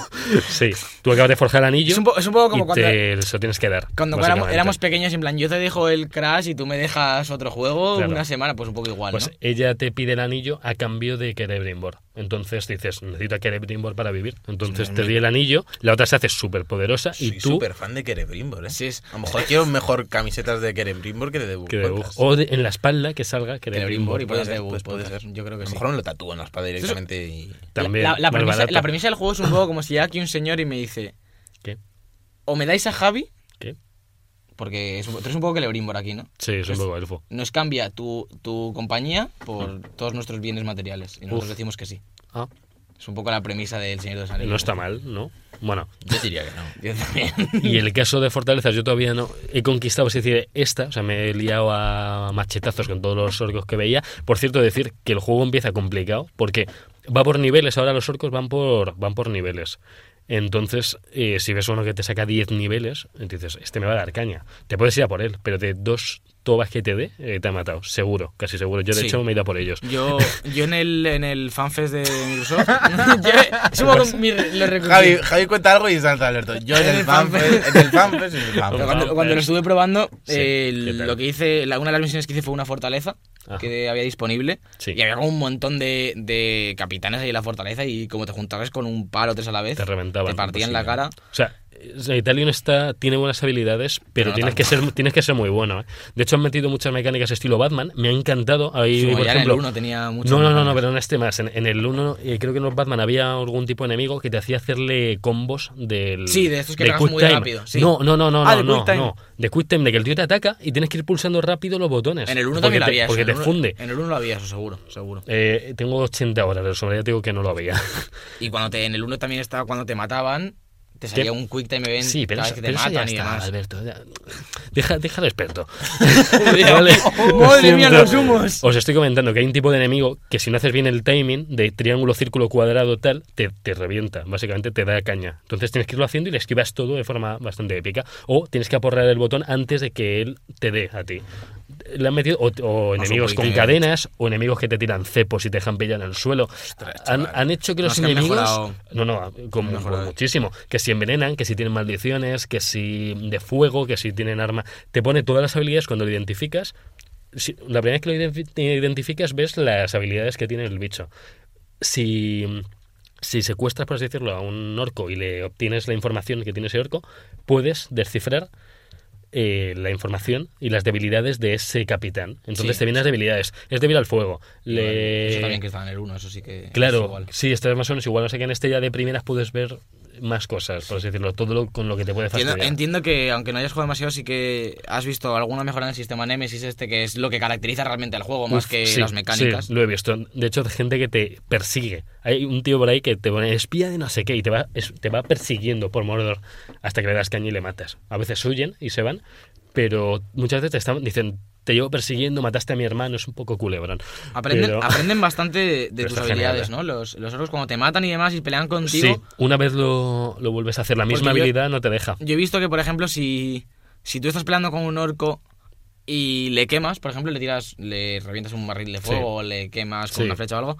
A: sí, tú acabas de forjar el anillo
C: Es un, po- es un poco como
A: y
C: cuando.
A: te se lo tienes que dar.
C: Cuando éramos,
A: básicamente.
C: éramos pequeños, en plan, yo te dejo el Crash y tú me dejas otro juego
A: Claro.
C: una semana, pues un poco igual,
A: Pues
C: ¿no?
A: ella te pide el anillo a cambio de Cerebrimbor. Entonces dices, necesito a Cerebrimbor para vivir. Entonces te di el anillo, la otra se hace súper poderosa
B: Soy
A: y tú...
B: súper fan de Kerebrimbor, ¿eh?
C: Sí, es-
B: A lo mejor quiero mejor camisetas de Kerebrimbor que de The Book
A: que dibujo.
B: Podcast.
A: O de- en la espalda que salga
C: Cerebrimbor
A: Cerebrimbor.
C: y
B: Puede
C: pones
B: ser,
C: de
B: pues
C: Google
B: puede
C: Podcast.
B: ser.
C: Yo creo
B: A
C: que
B: lo
C: sí.
B: mejor me lo tatúo en la espalda directamente y...
A: También.
C: la, la
A: más
C: premisa,
A: barato.
C: la premisa del juego es un poco como si llega aquí un señor y me dice,
A: ¿Qué?
C: o me dais a Javi,
A: ¿Qué?
C: porque es, un- tú eres un poco celebrimbor aquí, ¿no?
A: Sí, es un
C: Es-
A: poco elfo.
C: Nos cambia tu, tu compañía
A: Mm.
C: por todos nuestros bienes materiales. Y nosotros decimos que sí.
A: Ah,
C: Es un poco la premisa del Señor de los Anillos.
A: no está mal, ¿no? Bueno,
B: Yo diría [LAUGHS] que no.
C: [LAUGHS] Yo también.
A: y el caso de fortalezas, yo todavía no he conquistado, es decir, esta, o sea, me he liado a machetazos con todos los orcos que veía. Por cierto, decir que el juego empieza complicado, porque va por niveles, ahora los orcos van por, van por niveles. Entonces, eh, si ves uno que te saca 10 niveles, entonces este me va a dar caña. Te puedes ir a por él, pero de dos tobas que te dé, eh, te ha matado. Seguro, casi seguro. Yo, de
C: Sí.
A: hecho, me he ido a por ellos.
C: Yo, yo en el, en el fanfest de [LAUGHS] Microsoft. yo subo con mi, lo recogí.
B: Javi, Javi cuenta algo y salta Alberto. Yo en
C: En
B: el
C: el
B: fanfest, en el fanfest, en el fanfest.
C: Pero cuando, cuando lo estuve probando,
A: Sí,
C: eh,
A: ¿qué tal?
C: lo que hice, la- una de las misiones que hice fue una fortaleza
A: Ajá.
C: que había disponible.
A: Sí.
C: Y había como un montón de, de capitanes ahí en la fortaleza y como te juntabas con un par o tres a la vez,
A: Te reventaban.
C: te partían
A: pues,
C: la
A: sí.
C: cara.
A: O sea, Italian está, tiene buenas habilidades, pero,
C: Pero no
A: tienes, que ser, tienes que ser muy bueno. ¿eh? De hecho, han metido muchas mecánicas estilo Batman. Me ha encantado. Ahí,
C: Como
A: por
C: ya en el
A: ejemplo,
C: uno tenía mucho
A: No, no, no,
C: más.
A: no, pero en este más. En, en el 1, creo que en los Batman había algún tipo de enemigo que te hacía hacerle combos del.
C: Sí, de estos que
A: del
C: cargas muy
A: quick time.
C: rápido, sí.
A: No, no, no, no,
C: Ah,
A: no,
C: de
A: no,
C: quick time.
A: no. De Quick Time, de que el tío te ataca y tienes que ir pulsando rápido los botones.
C: En el 1
A: Porque
C: también lo
A: te-
C: había eso,
A: Porque
C: en
A: te
C: el uno-
A: funde.
C: En el 1 lo había eso, seguro, seguro.
A: Eh, tengo 80 horas, pero sobre ya te digo que no lo había. [LAUGHS]
C: Y cuando te, en el 1 también estaba cuando te mataban, te salía un quick time event
A: Sí, pero,
C: cada
A: eso,
C: vez que te
A: pero eso ya
C: matan y
A: está,
C: demás.
A: Alberto. ya. Deja, deja al
C: [LAUGHS]
A: experto.
C: Madre mía,
A: siento.
C: los humos.
A: Os estoy comentando que hay un tipo de enemigo que si no haces bien el timing de triángulo, círculo, cuadrado, tal, te, te revienta. Básicamente te da caña. Entonces tienes que irlo haciendo y le esquivas todo de forma bastante épica. O tienes que aporrear el botón antes de que él te dé a ti. Le han metido, o, o
C: Más
A: enemigos
C: un
A: con
C: poquito,
A: cadenas, o enemigos que te tiran cepos y te dejan pillar en el suelo. Han, han hecho que
C: No,
A: los
C: es que han
A: enemigos.
C: mejorado.
A: No, no, con,
C: mejorado,
A: con
C: eh.
A: muchísimo. Que si envenenan, que si tienen maldiciones, que si de fuego, que si tienen arma. Te pone todas las habilidades cuando lo identificas. Si- la primera vez que lo identi- identificas, ves las habilidades que tiene el bicho. Si, si secuestras, por así decirlo, a un orco y le obtienes la información que tiene ese orco, puedes descifrar eh, la información y las debilidades de ese capitán. Entonces
C: Sí.
A: te vienen las debilidades. Es débil al fuego. Le...
C: Eso también que estaba en el 1, eso sí que. es
A: Claro,
C: igual.
A: sí, este es más o menos igual. No sé que en este ya de primeras puedes ver más cosas, por así decirlo, todo lo, con lo que te puede
C: Entiendo,
A: fastidiar.
C: entiendo que, aunque no hayas jugado demasiado, sí que has visto alguna mejora en el sistema Nemesis este, que es lo que caracteriza realmente al juego, más
A: Uf,
C: que
A: sí,
C: las mecánicas.
A: Sí, lo he visto. De hecho, hay gente que te persigue. Hay un tío por ahí que te pone espía de no sé qué y te va, es- te va persiguiendo por Mordor hasta que le das caña y le matas. A veces huyen y se van, pero muchas veces te están, dicen, te llevo persiguiendo, mataste a mi hermano, es un poco culebrón.
C: Aprenden,
A: Pero- [LAUGHS]
C: aprenden bastante de, de
A: Pero
C: tus
A: está genial,
C: habilidades,
A: ¿eh?
C: ¿no? Los, los orcos cuando te matan y demás y pelean contigo.
A: Sí, una vez lo, lo vuelves a hacer, la misma
C: Porque yo-
A: habilidad no te deja.
C: Yo he visto que, por ejemplo, si, si tú estás peleando con un orco y le quemas, por ejemplo, le tiras, le revientas un barril de fuego
A: Sí.
C: o le quemas con
A: Sí.
C: una flecha o algo,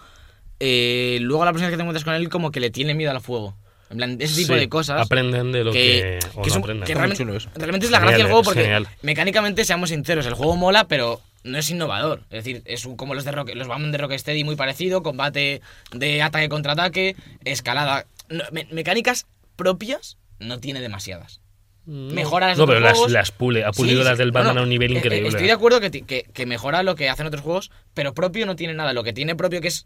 C: eh, luego la persona que te encuentras con él como que le tiene miedo al fuego. En plan, ese tipo
A: Sí,
C: de cosas.
A: Aprenden de lo que.
C: que,
A: o
C: que es
A: no
C: un-
A: aprenden.
C: que
B: Está muy
C: realmente,
B: chulo eso.
C: realmente es la
A: Genial,
C: gracia del
A: eh,
C: juego
A: es
C: porque
A: genial.
C: mecánicamente, seamos sinceros, el juego mola, pero no es innovador. Es decir, es un- como los de Rock- los Batman de Rocksteady muy parecido, combate de ataque contra ataque, escalada. No, me- mecánicas propias no tiene demasiadas. Mejora las de
A: No, pero
C: otros
A: las,
C: juegos.
A: las pule, ha
C: Sí,
A: pulido
C: sí,
A: las del
C: no,
A: Batman
C: no,
A: a un nivel
C: eh, eh,
A: increíble.
C: Estoy de acuerdo que, ti- que, que mejora lo que hacen otros juegos, pero propio no tiene nada. Lo que tiene propio que es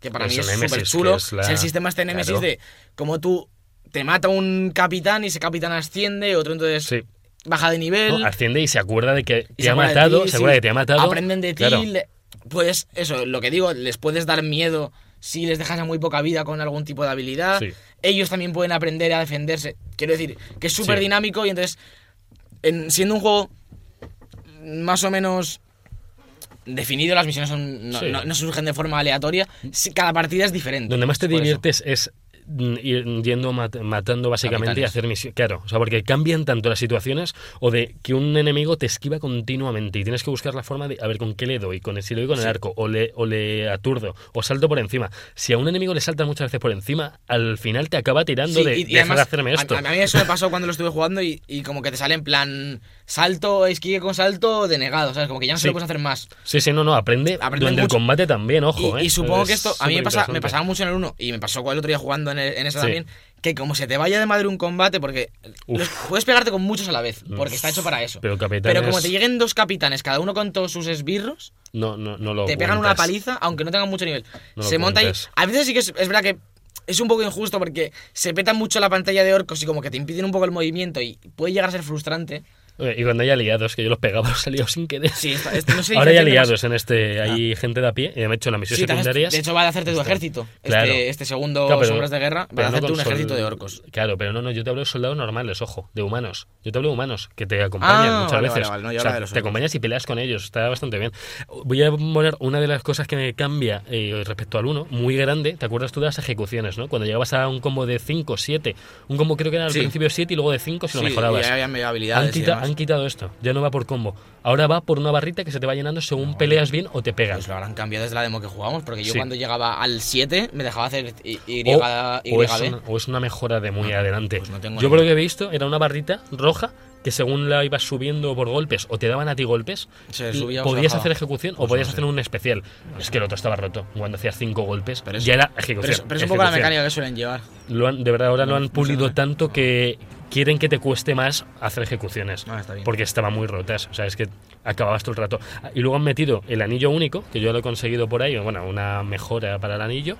C: que para
A: Es
C: mí
A: el
C: es
A: Nemesis,
C: súper chulo
A: que es la-
C: el sistema este Nemesis
A: Claro.
C: de cómo tú te mata un capitán y ese capitán asciende, otro entonces
A: Sí.
C: baja de nivel.
A: No, asciende y se acuerda de que
C: y
A: te ha
C: acuerda de
A: matado,
C: ti,
A: se acuerda
C: sí.
A: que te ha matado.
C: Aprenden de ti.
A: Claro.
C: le- puedes, eso, lo que digo, les puedes dar miedo si les dejas a muy poca vida con algún tipo de habilidad.
A: Sí.
C: Ellos también pueden aprender a defenderse. Quiero decir, que es
A: Sí.
C: súper dinámico y entonces, en- siendo un juego más o menos definido, las misiones son- no,
A: Sí.
C: no- no surgen de forma aleatoria. si- Cada partida es diferente.
A: Donde más te
C: Por eso.
A: diviertes es mm, ir yendo mat- matando básicamente y
C: Capitanes.
A: hacer misiones. Claro, o sea, porque cambian tanto las situaciones o de que un enemigo te esquiva continuamente y tienes que buscar la forma de a ver con qué le doy, con el, si le doy con el
C: Sí.
A: arco o le, o le aturdo o salto por encima. Si a un enemigo le saltas muchas veces por encima, al final te acaba tirando
C: Sí,
A: de,
C: y- y
A: "Deja de
C: además,
A: hacerme
C: a-
A: esto.
C: A, mí eso me pasó cuando lo estuve jugando y, y como que te sale en plan salto, esquive con salto, denegado, ¿sabes? Como que ya no
A: Sí.
C: se lo puedes hacer más.
A: Sí, sí, no, no, aprende,
C: Aprende
A: durante el
C: mucho.
A: combate también,
C: Y,
A: ojo, ¿eh?
C: y supongo que
A: Es
C: esto, a mí me, pasa, me
A: superinteresante.
C: pasaba mucho en el 1 y me pasó el otro día jugando en, el- en esa
A: Sí.
C: también, que como se te vaya de madre un combate, porque
A: Uf.
C: los- puedes pegarte con muchos a la vez, porque está hecho para eso.
A: Pero capitanes-
C: como te lleguen dos capitanes, cada uno con todos sus esbirros,
A: No, no, no lo
C: te pegan
A: cuentas.
C: una paliza, aunque no tengan mucho nivel.
A: No lo
C: se monta ahí.
A: cuentes.
C: A veces sí que es, es verdad que es un poco injusto porque se peta mucho la pantalla de orcos y como que te impiden un poco el movimiento y puede llegar a ser frustrante.
A: Eh, Y cuando haya liados, que yo los pegaba, [LAUGHS] los he liado sin querer.
C: Sí, esta- esta- no sé
A: Ahora hay
C: diferenciar
A: aliados en este, hay gente de a pie, y me he hecho las
C: Ah. Sí,
A: misiones
C: te haces-
A: secundarias.
C: de hecho, va a hacerte tu ejército.
A: Claro.
C: Este, este segundo
A: Claro, pero-
C: Sombras de Guerra va
A: pero
C: a
A: no
C: hacerte
A: con
C: un
A: sol-
C: ejército de orcos.
A: Claro, pero no, no, yo te hablo de soldados normales, ojo, de humanos. Yo te hablo de humanos que te acompañan
C: Ah,
A: muchas
C: vale,
A: veces.
C: vale, vale, no, yo
A: O
C: hablaba
A: sea,
C: de los
A: te
C: orcos.
A: acompañas y peleas con ellos, está bastante bien. Voy a poner una de las cosas que me cambia eh, respecto al 1, muy grande. ¿Te acuerdas tú de las ejecuciones, no? Cuando llegabas a un combo de 5, 7, un combo creo que era al
C: Sí.
A: principio 7 y luego de 5 si
C: Sí,
A: lo mejorabas.
C: Y ya había medio habilidades.
A: Han,
C: y
A: quita-
C: demás.
A: han quitado esto, ya no va por combo. Ahora va por una barrita que se te va llenando según peleas bien o te
C: Pues
A: pegas.
C: lo habrán cambiado desde la demo que jugamos, porque yo
A: Sí.
C: cuando llegaba al 7 me dejaba hacer Y, y,
A: O,
C: y-
A: o es
C: YB.
A: una, o es una mejora de muy adelante.
C: pues no tengo
A: Yo
C: ni
A: por lo
C: idea.
A: que he visto era una barrita roja que según la ibas subiendo por golpes o te daban a ti golpes,
C: Se
A: l-
C: subía o se
A: podías
C: bajaba.
A: hacer ejecución o
C: Pues
A: podías
C: no sé.
A: hacer un especial. Es que el otro estaba roto. Cuando hacías cinco golpes,
C: Pero es-
A: ya era
C: Pero es,
A: ejecución.
C: pero es un poco la
A: ejecución.
C: mecánica que suelen llevar.
A: Lo han- de verdad, ahora lo han
C: no sé
A: pulido
C: nada.
A: tanto que quieren que te cueste más hacer ejecuciones.
C: Ah, está bien.
A: Porque estaban muy rotas. O sea, es que acababas todo el rato. Ah, Y luego han metido el anillo único, que yo lo he conseguido por ahí, bueno, una mejora para el anillo,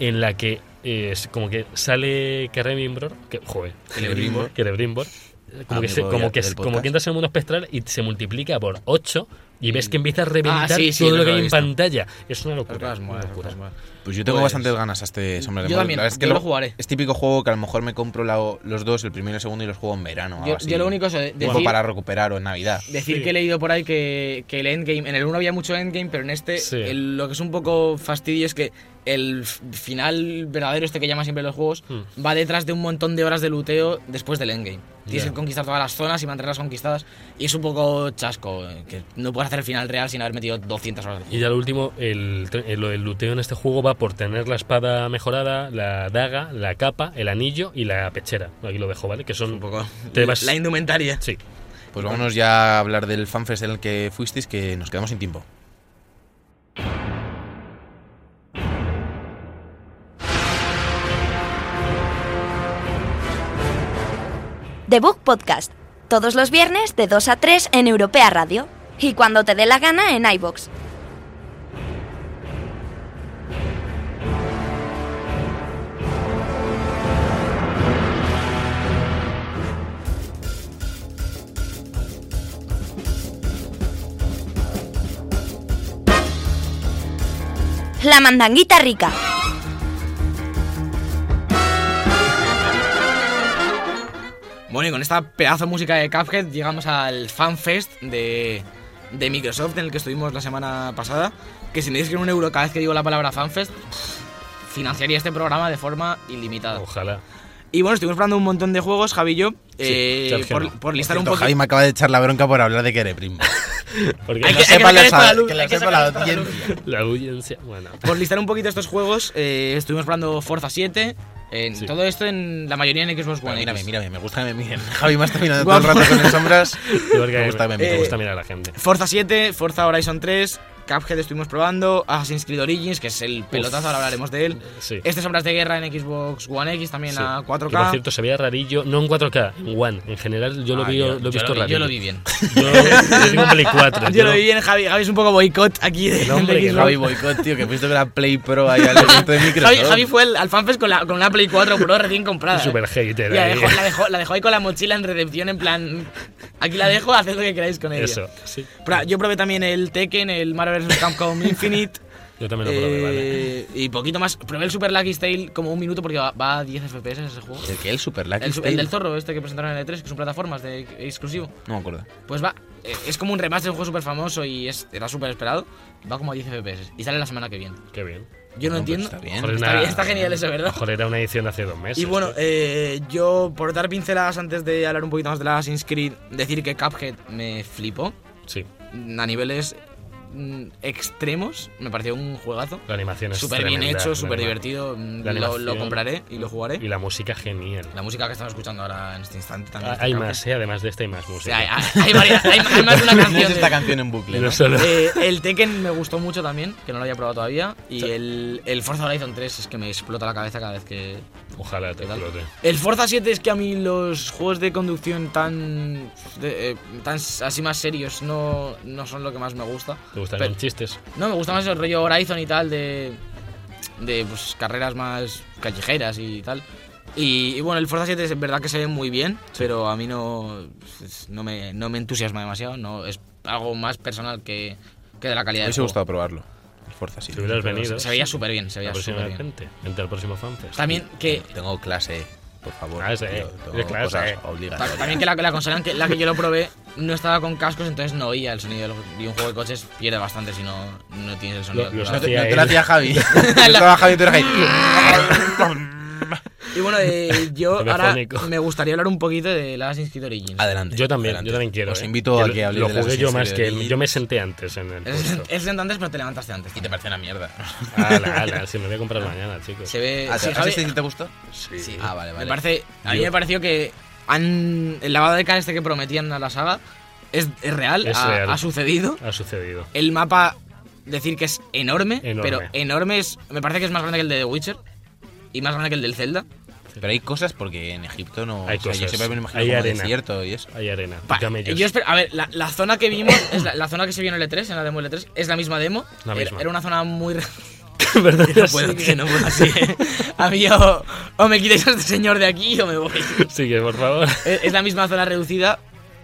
A: en la que eh, es como que sale Kerevimbor, que, joder,
C: Celebrimbor.
A: Celebrimbor,
C: Ah,
A: como, que, se-
B: Amigo
A: como,
B: ya
A: que,
B: del
A: se- como
B: podcast.
A: que entras en el mundo espectral y se multiplica por 8 y ves que empieza a reventar
C: Mm. Ah, sí, sí,
A: todo
C: lo
A: lo
C: he
A: que hay en
C: visto.
A: pantalla. Es una
C: Las
A: locura.
C: cosas
A: una
C: molan, las
A: locura.
C: cosas molan.
B: Pues yo tengo
C: Pues-
B: bastantes ganas a este Sombra de
C: Yo
B: Mordor.
C: también,
B: La verdad es que
C: yo lo jugaré.
B: Es típico juego que a lo mejor me compro la- los dos, el primero y el segundo, y los juego en verano. o algo
C: Yo,
B: así.
C: yo lo único es de-
B: Tiempo
C: decir,
B: para recuperar o en Navidad.
C: decir
A: Sí.
C: que he leído por ahí que, que el endgame, en el 1 había mucho endgame, pero en este
A: Sí.
C: el- lo que es un poco fastidio es que el f- final verdadero, este que llaman siempre los juegos,
A: Hmm.
C: va detrás de un montón de horas de luteo después del endgame. Tienes
A: Ya.
C: que conquistar todas las zonas y mantenerlas conquistadas. Y es un poco chasco, eh, que no puedes hacer el final real sin haber metido 200 horas. de juego.
A: Y ya lo último, el, tre- el, el luteo en este juego va por tener la espada mejorada, la daga, la capa, el anillo y la pechera. Aquí lo dejo, ¿vale? Que son
C: Un poco.
A: Te vas-
C: La indumentaria.
A: Sí.
B: Pues vámonos ya a hablar del fanfest en el que fuisteis, que nos quedamos sin tiempo.
D: The Book Podcast. Todos los viernes de 2 a 3 en Europea Radio. Y cuando te dé la gana en iBox. La mandanguita rica.
C: Bueno, y con esta pedazo de música de Cuphead llegamos al FanFest de, de Microsoft en el que estuvimos la semana pasada. Que si me dais que un euro cada vez que digo la palabra FanFest, pff, financiaría este programa de forma ilimitada. [LAUGHS]
A: Ojalá.
C: Y bueno, estuvimos probando un montón de juegos, Javi y yo, eh,
A: Sergio
C: por,
A: no.
C: por listar
B: Por
C: un
B: cierto,
C: poco.
B: Javi me acaba de echar la bronca por hablar de
C: [LAUGHS]
B: Kereprimo.
A: Porque
C: Hay
A: no
C: que-
A: sé,
C: sacar esto a la
B: sabe-
C: luz,
B: que lo
C: hay que
B: sepa
C: sacar
B: la
C: esto a la luz.
B: audiencia.
A: la audiencia. Bueno.
C: Por listar un poquito estos juegos, eh, estuvimos probando Forza 7, en
A: Sí.
C: todo esto en la mayoría en Xbox One
B: mírame,
C: X.
B: mírame, me gusta que me miren. Javi me está mirando todo el rato con las
C: [LAUGHS]
B: sombras.
A: Yo creo que
B: Me gusta que me
A: me
B: miren.
A: gusta mirar a la gente.
C: Forza 7, Forza Horizon 3, Cuphead estuvimos probando, Assassin's Creed Origins, que es el pelotazo, ahora hablaremos de él.
A: Sí.
C: Este Sombras de Guerra en Xbox One X también
A: Sí.
C: a
A: Que, por
C: 4K.
A: cierto, se veía rarillo, no en 4K, en One. En general, yo lo,
C: Ah,
A: vi,
C: yo-
A: lo he
C: yo
A: visto
C: vi-
A: rarillo.
C: Yo lo
A: [LAUGHS]
C: vi bien.
A: Yo, yo tengo un Play 4.
C: [LAUGHS] Ah, Yo lo vi bien, Javi. Javi es un poco boicot aquí de,
A: El hombre
C: de
A: que
C: Xbox.
B: Javi boicot, tío, que he visto que la Play Pro ahí al evento de Microsoft.
C: Javi, Javi fue al, al fanfest con, la, con una Play 4 Pro recién comprada.
A: Super
C: eh.
A: hater.
C: Y la
A: ahí.
C: dejó,
A: [LAUGHS]
C: la, dejó, la dejó ahí con la mochila en recepción, en plan. Aquí la dejo, haced lo que queráis con ella.
A: Eso, sí.
C: Pro- Yo probé también el Tekken, el Marvel vs. Capcom Infinite.
A: Yo [LAUGHS] también lo probé, ¿vale?
C: eh, Y poquito más. Probé el Super Lucky's Tale como un minuto porque va, va a 10 FPS ese juego.
B: ¿El que ¿El Super Lucky
C: El, su-
B: Style?
C: el del zorro, este que presentaron en el E3, que son plataformas de exclusivo.
B: No me acuerdo.
C: Pues va, eh, es como un remaster de un juego súper famoso y es, era súper esperado. Va como a 10 FPS y sale la semana que viene.
A: Qué bien.
C: Yo
B: Bueno,
C: no,
B: pues
C: entiendo.
B: está bien.
C: Está,
A: Mejor era-
C: bien, está genial eso, ¿verdad?
A: Mejor era una edición de hace dos meses.
C: Y bueno,
A: tío.
C: eh, yo por dar pinceladas antes de hablar un poquito más de la Assassin's Creed, decir que Cuphead me flipó
A: sí,
C: mm, a niveles mm, extremos, me pareció un juegazo.
A: la animación es
C: Súper bien
A: tremenda,
C: hecho,
A: la
C: súper
A: verdad.
C: divertido, mm,
A: La
C: lo, lo
A: animación.
C: compraré y lo jugaré.
A: Y la música genial.
C: La música que estamos escuchando ahora en este instante también.
A: Ah,
C: es de
A: Hay
C: Cuphead.
A: más, ¿eh? además de esta hay más
C: O sea,
A: música.
C: hay, hay- hay varias- hay- hay más
A: [LAUGHS]
B: [LAUGHS]
C: de una canción. eh.
B: Es
C: de-
B: esta canción en bucle, ¿no?
A: No solo-
C: Eh, el Tekken me gustó mucho también, que no lo había probado todavía. Y el, el Forza Horizon 3 es que me explota la cabeza cada vez que.
A: Ojalá te
C: ¿Qué tal?
A: explote.
C: El Forza 7 es que a mí los juegos de conducción tan. de- eh, tan s- así más serios no, no son lo que más me gusta.
A: ¿Te gustan
C: Pero-
A: los chistes?
C: No, me gusta más el rollo Horizon y tal de. de pues, carreras más callejeras y tal. Y, y bueno, el Forza 7 es verdad que se ve muy bien, pero a mí no, no, me, no me entusiasma demasiado. No, es algo más personal que, que de la
B: Me
C: calidad del
B: hubiese
C: juego.
B: gustado probarlo. El Forza sí.
A: Si hubieras venido.
C: Se veía súper bien,
A: la
C: se veía
A: próxima
C: súper bien.
A: gente, Vente al próximo fanfest.
C: También que
B: Tengo clase, por favor.
A: Clase,
B: tío,
A: de
B: tengo
A: Ah, clase. eh.
B: cosas
C: Ta-
B: obligatorias.
C: También que la, la consola en que, la que yo lo probé no estaba con cascos, entonces no oía el sonido. del ju- Y un juego de coches pierde bastante si no, no tienes el sonido.
A: Lo- los
B: No
C: claro.
B: te,
A: Hacía
B: no te
A: él.
B: lo hacía
A: [LAUGHS]
B: Javi. No te lo hacía Javi, tú eras Javi.
C: Y bueno, eh,
A: [LAUGHS]
C: yo ahora
A: Telefónico.
C: me gustaría hablar un poquito de Assassin's Creed Origins.
B: Adelante.
A: Yo también,
B: adelante.
A: yo también quiero.
B: Os
A: eh.
B: invito
A: Yo
B: a
A: lo-
B: que habléis
A: Lo
B: de las
A: jugué yo más
B: sesiones
A: que
B: de
A: él.
B: Origin.
A: Yo me senté antes en
C: [LAUGHS]
A: el
C: Es,
A: puesto.
C: es de antes, pero te levantaste antes.
B: Y te parece una mierda.
A: Ah, Ala, ala, si me voy a comprar mañana, chicos.
C: Se ve.
B: ¿A
C: sí,
B: ti-
C: Javi-
B: ¿Assassin's Creed te gustó?
C: sí.
B: Ah, vale, vale.
C: Me parece, a mí
A: Yo-
C: me pareció que han, el lavado de cara este que prometían a la saga es, es real,
A: Es
C: ha-
A: real.
C: ha sucedido.
A: Ha sucedido.
C: El mapa, decir que es enorme,
A: Enorme.
C: pero enorme es. Me parece que es más grande que el de The Witcher y más grande que el del Zelda.
B: Pero hay cosas porque en Egipto no.
A: Hay
B: o sea,
A: cosas.
B: Yo siempre me imagino
A: Hay
B: como
A: arena.
B: desierto y eso.
A: Hay arena.
C: Pa-
A: Camellos. [LAUGHS]
C: yo espero- a ver, la, la zona que vimos, es la, la zona que se vio en el E3, en la demo del E3, es la misma demo.
A: La
C: Era-
A: misma.
C: Era, una zona
A: [LAUGHS]
C: muy. re- [LAUGHS]
A: ¿Verdad?
C: Que no puedo, que no
A: [LAUGHS]
C: puedo así. ¿eh? A mí o, o me quitáis a este señor de aquí o me voy.
A: Sigue, por favor.
C: Es, es la misma zona reducida.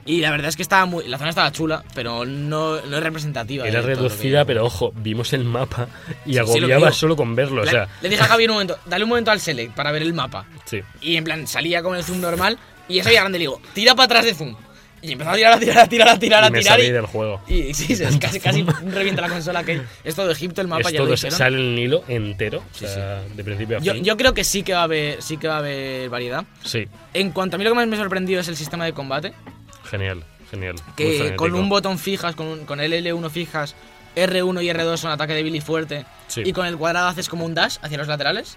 C: Y la verdad es que estaba muy. La zona estaba chula, pero no, no es representativa.
A: Era
C: de todo lo que-
A: reducida, pero ojo, vimos el mapa y
C: sí, lo
A: agobiaba
C: digo.
A: solo con verlo. O
C: Le-
A: sea,
C: le dije a Javier un momento, dale un momento al select para ver el mapa.
A: sí.
C: Y en plan, salía con el zoom normal y esa ya grande le digo, tira para atrás de zoom. Y empezaba a tirar, a tirar, a tirar, a tirar,
A: Y
C: a
A: me
C: tirar.
A: salí
C: Y,
A: del juego.
C: y sí, se- casi, casi
A: [LAUGHS]
C: revienta la consola que es todo Egipto, el mapa
A: Es
C: ya lo
A: todo,
C: hicieron.
A: sale el Nilo entero, o sea, de principio a
C: Yo,
A: fin.
C: yo creo que sí que va a haber, sí que va a haber variedad.
A: Sí,
C: En cuanto a mí lo que más me ha sorprendido es el sistema de combate,
A: genial, genial. muy
C: que
A: frenético.
C: con un botón fijas, con, un- con el L1 fijas, R1 y R2 son ataque débil y fuerte,
A: Sí.
C: y con el cuadrado haces como un dash hacia los laterales.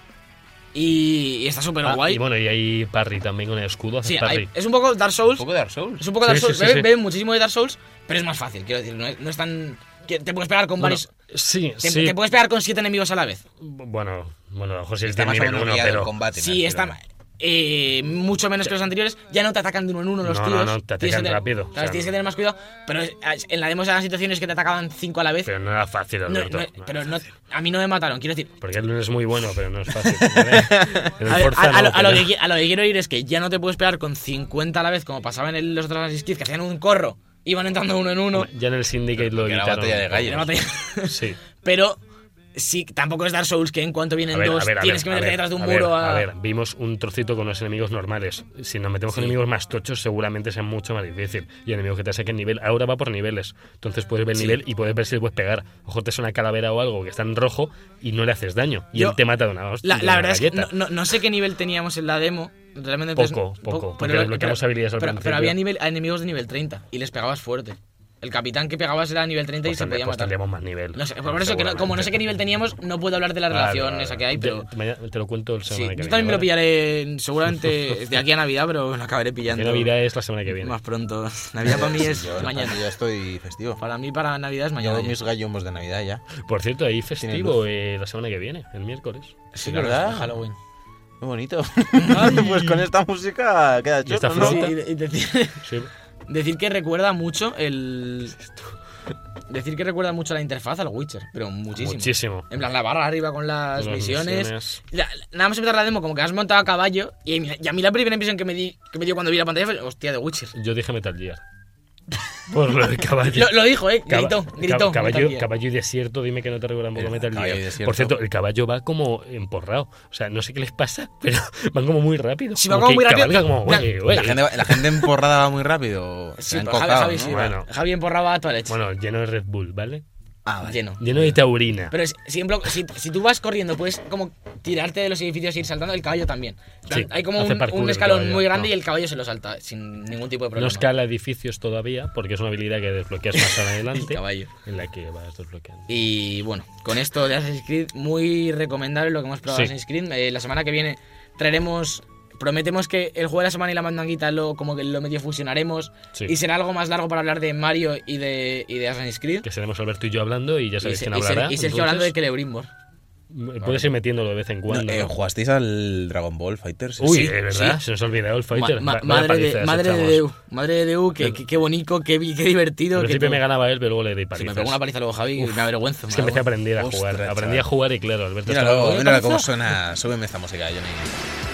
C: Y, y está súper
A: Ah,
C: guay.
A: Y bueno, y hay parry también con el escudo, haces
C: Sí, hay-
A: parry.
C: es un poco Dark Souls,
B: Un poco Dark Souls.
C: Es un poco
A: Sí,
C: Dark
A: sí,
C: Souls,
A: sí,
C: bebe,
A: sí.
C: bebe muchísimo de Dark Souls, pero es más fácil, quiero decir, no es, no es tan... que te puedes pegar con
A: Bueno,
C: varios...
A: sí,
C: Te,
A: sí.
C: te puedes pegar con siete enemigos a la vez.
A: Bueno, bueno, a lo mejor si es
B: Está
A: de
B: más
A: nivel uno,
B: aburrido el
A: pero...
B: combate.
C: sí,
B: me
C: está...
B: refiero.
C: eh, mucho menos que los anteriores, ya no te atacan de uno en uno los
A: No, no,
C: tíos.
A: no, te
C: tienes
A: atacan
C: que tener-
A: rápido,
C: claro,
A: o sea,
C: tienes que tener más cuidado, pero es- en la demo eran situaciones que te atacaban cinco a la vez.
A: Pero no era fácil,
C: No,
A: Alberto. no
C: no,
A: era
C: pero
A: fácil.
C: no, a mí no me mataron, quiero decir...
A: Porque el lunes es muy bueno, pero no es
C: [LAUGHS]
A: fácil. En el
C: A, ver,
A: Forza
C: a- a
A: no,
C: lo, a lo
A: pero-
C: que, qui- a lo que quiero ir es que ya no te puedes pegar con 50 a la vez, como pasaba en el- los otros Assassin's Creed, que hacían un corro, iban entrando uno en uno.
A: Ya en el Syndicate lo
B: Porque era
A: evitaron.
B: batalla de gallos.
C: Era batalla- [LAUGHS]
A: Sí.
C: Pero sí, tampoco es Dark Souls que en cuanto vienen
A: A ver,
C: dos
A: a ver, a ver,
C: tienes que
A: a
C: meterte
A: ver,
C: detrás de un
A: a ver,
C: muro a...
A: a ver, vimos un trocito con los enemigos normales. Si nos metemos con
C: Sí.
A: enemigos más tochos, seguramente sea mucho más difícil. Y enemigos que te saquen nivel. Ahora va por niveles. Entonces puedes ver el
C: Sí.
A: nivel y puedes ver si le puedes pegar. Ojo, te es una calavera o algo que está en rojo y no le haces daño. Y
C: Yo-
A: él te mata de una hostia.
C: La,
A: de
C: la
A: una
C: verdad es que no,
A: galleta.
C: no- no sé qué nivel teníamos en la demo. Realmente entonces-
A: Poco,
C: po-
A: poco, porque desbloqueamos habilidades al
C: pero,
A: principio.
C: pero había nivel, a enemigos de nivel 30 y les pegabas fuerte. El capitán que pegabas era nivel 30
A: Pues
C: y se
A: tendré-
C: podía
A: pues
C: matar.
A: tendríamos más nivel. Pues
C: No sé, por eso, que no- como no sé qué nivel teníamos, no puedo hablar de la
A: Vale,
C: relación
A: vale,
C: esa que hay,
A: yo-
C: pero...
A: mañana te lo cuento el
C: Sí,
A: semana que viene.
C: yo también me lo
A: ¿vale? [LAUGHS]
C: pillaré seguramente de aquí a Navidad, pero lo acabaré
A: Que
C: pillando
A: Navidad es la semana que viene.
C: más pronto. [LAUGHS]
A: [LAUGHS]
C: Navidad para mí es
B: Yo,
C: mañana.
B: Yo estoy festivo.
C: Para mí para Navidad es
B: Ya
C: mañana.
B: doy mis gallumbos de Navidad ya.
A: Por cierto, hay
B: Tiene
A: festivo eh, la semana que viene, el miércoles.
B: Sí,
C: claro,
B: ¿verdad?
C: es Halloween.
B: Muy bonito. [LAUGHS] pues con esta música queda
A: Y esta
B: chulo, ¿no?
C: Sí,
A: flauta.
C: y- y decir- [LAUGHS]
A: Sí.
C: Decir que recuerda mucho el. Decir que recuerda mucho la interfaz al Witcher, pero muchísimo.
A: Muchísimo.
C: En plan, la barra arriba con las,
A: Las
C: misiones.
A: misiones.
C: La- la- nada más empezar la demo, como que has montado a caballo. Y, mi- y a mí la primera impresión que me, di, que me dio cuando vi la pantalla fue: hostia, de Witcher.
A: Yo dije Metal Gear. Por lo del caballo.
C: Lo, lo dijo, ¿eh?
A: Caba-
C: Gritó,
A: cab-
C: gritó. Metal
A: caballo,
C: Gear.
A: caballo y desierto, dime que no te recuerda un poco
B: El
A: Metal
B: caballo y
A: Gear.
B: desierto.
A: Por cierto, el caballo va como emporrado. O sea, no sé qué les pasa, [LAUGHS] pero van como muy rápido.
C: Sí, va como
A: que
C: muy rápido.
A: cabalga como, "Uey, uey".
B: La gente, va- la gente emporrada va muy rápido. Se
C: Sí,
B: han
C: pero Javi,
B: cocado,
C: Javi,
B: ¿no?
C: sí,
A: Bueno.
C: Javi emporraba a toda leche.
A: Bueno, lleno de Red Bull, ¿vale?
B: Ah, vale.
C: lleno.
A: Lleno de taurina.
C: Pero si, siempre, si, si tú vas corriendo, puedes como tirarte de los edificios e ir saltando, el caballo también. O sea,
A: Sí,
C: Hay como
A: hace
C: un,
A: parkour
C: un
A: el
C: escalón
A: caballo,
C: muy
A: no.
C: grande y el caballo se lo salta sin ningún tipo de problema.
A: No escala edificios todavía, porque es una habilidad que desbloqueas
C: [LAUGHS]
A: más adelante.
C: El caballo.
A: En la que vas desbloqueando.
C: Y bueno, con esto de Assassin's Creed, muy recomendable lo que hemos probado
A: Sí.
C: de Assassin's Creed. Eh, la semana que viene traeremos. Prometemos que el juego de la semana y la mandanguita lo, como que lo medio fusionaremos.
A: Sí.
C: Y será algo más largo para hablar de Mario y de, y de Assassin's Creed.
A: Que seremos Alberto y yo hablando y ya
C: y,
A: sabéis
C: se-
A: quién
C: y se-
A: hablará.
C: y Sergio
A: entonces,
C: hablando de Celebrimbor.
A: Puedes ir metiéndolo de vez en
B: No,
A: cuando.
B: eh, ¿Jugasteis al Dragon Ball Fighters?
A: Uy,
C: Sí,
A: es verdad,
C: sí.
A: se nos ha olvidado el
C: Ma-
A: Fighter.
C: ma-
A: Va- vaya
C: madre,
A: palizas
C: de, madre de
A: echamos.
C: Deu. Madre de Deu, qué, qué, qué bonito, qué, vi- qué divertido.
A: Al
C: que
A: principio
C: todo.
A: me ganaba él, pero luego le di
C: Si
A: palizas.
C: me pego una paliza luego, Javi, me avergüenzo.
A: Es que
C: me
A: empecé a
C: avergüenzo.
A: aprender a jugar.
B: Ostras,
A: Aprendí
B: chaval.
C: pues
A: a jugar y claro, Alberto estaba-
B: Míralo, míralo
C: paliza?
B: cómo suena. Súbeme esta música, Johnny.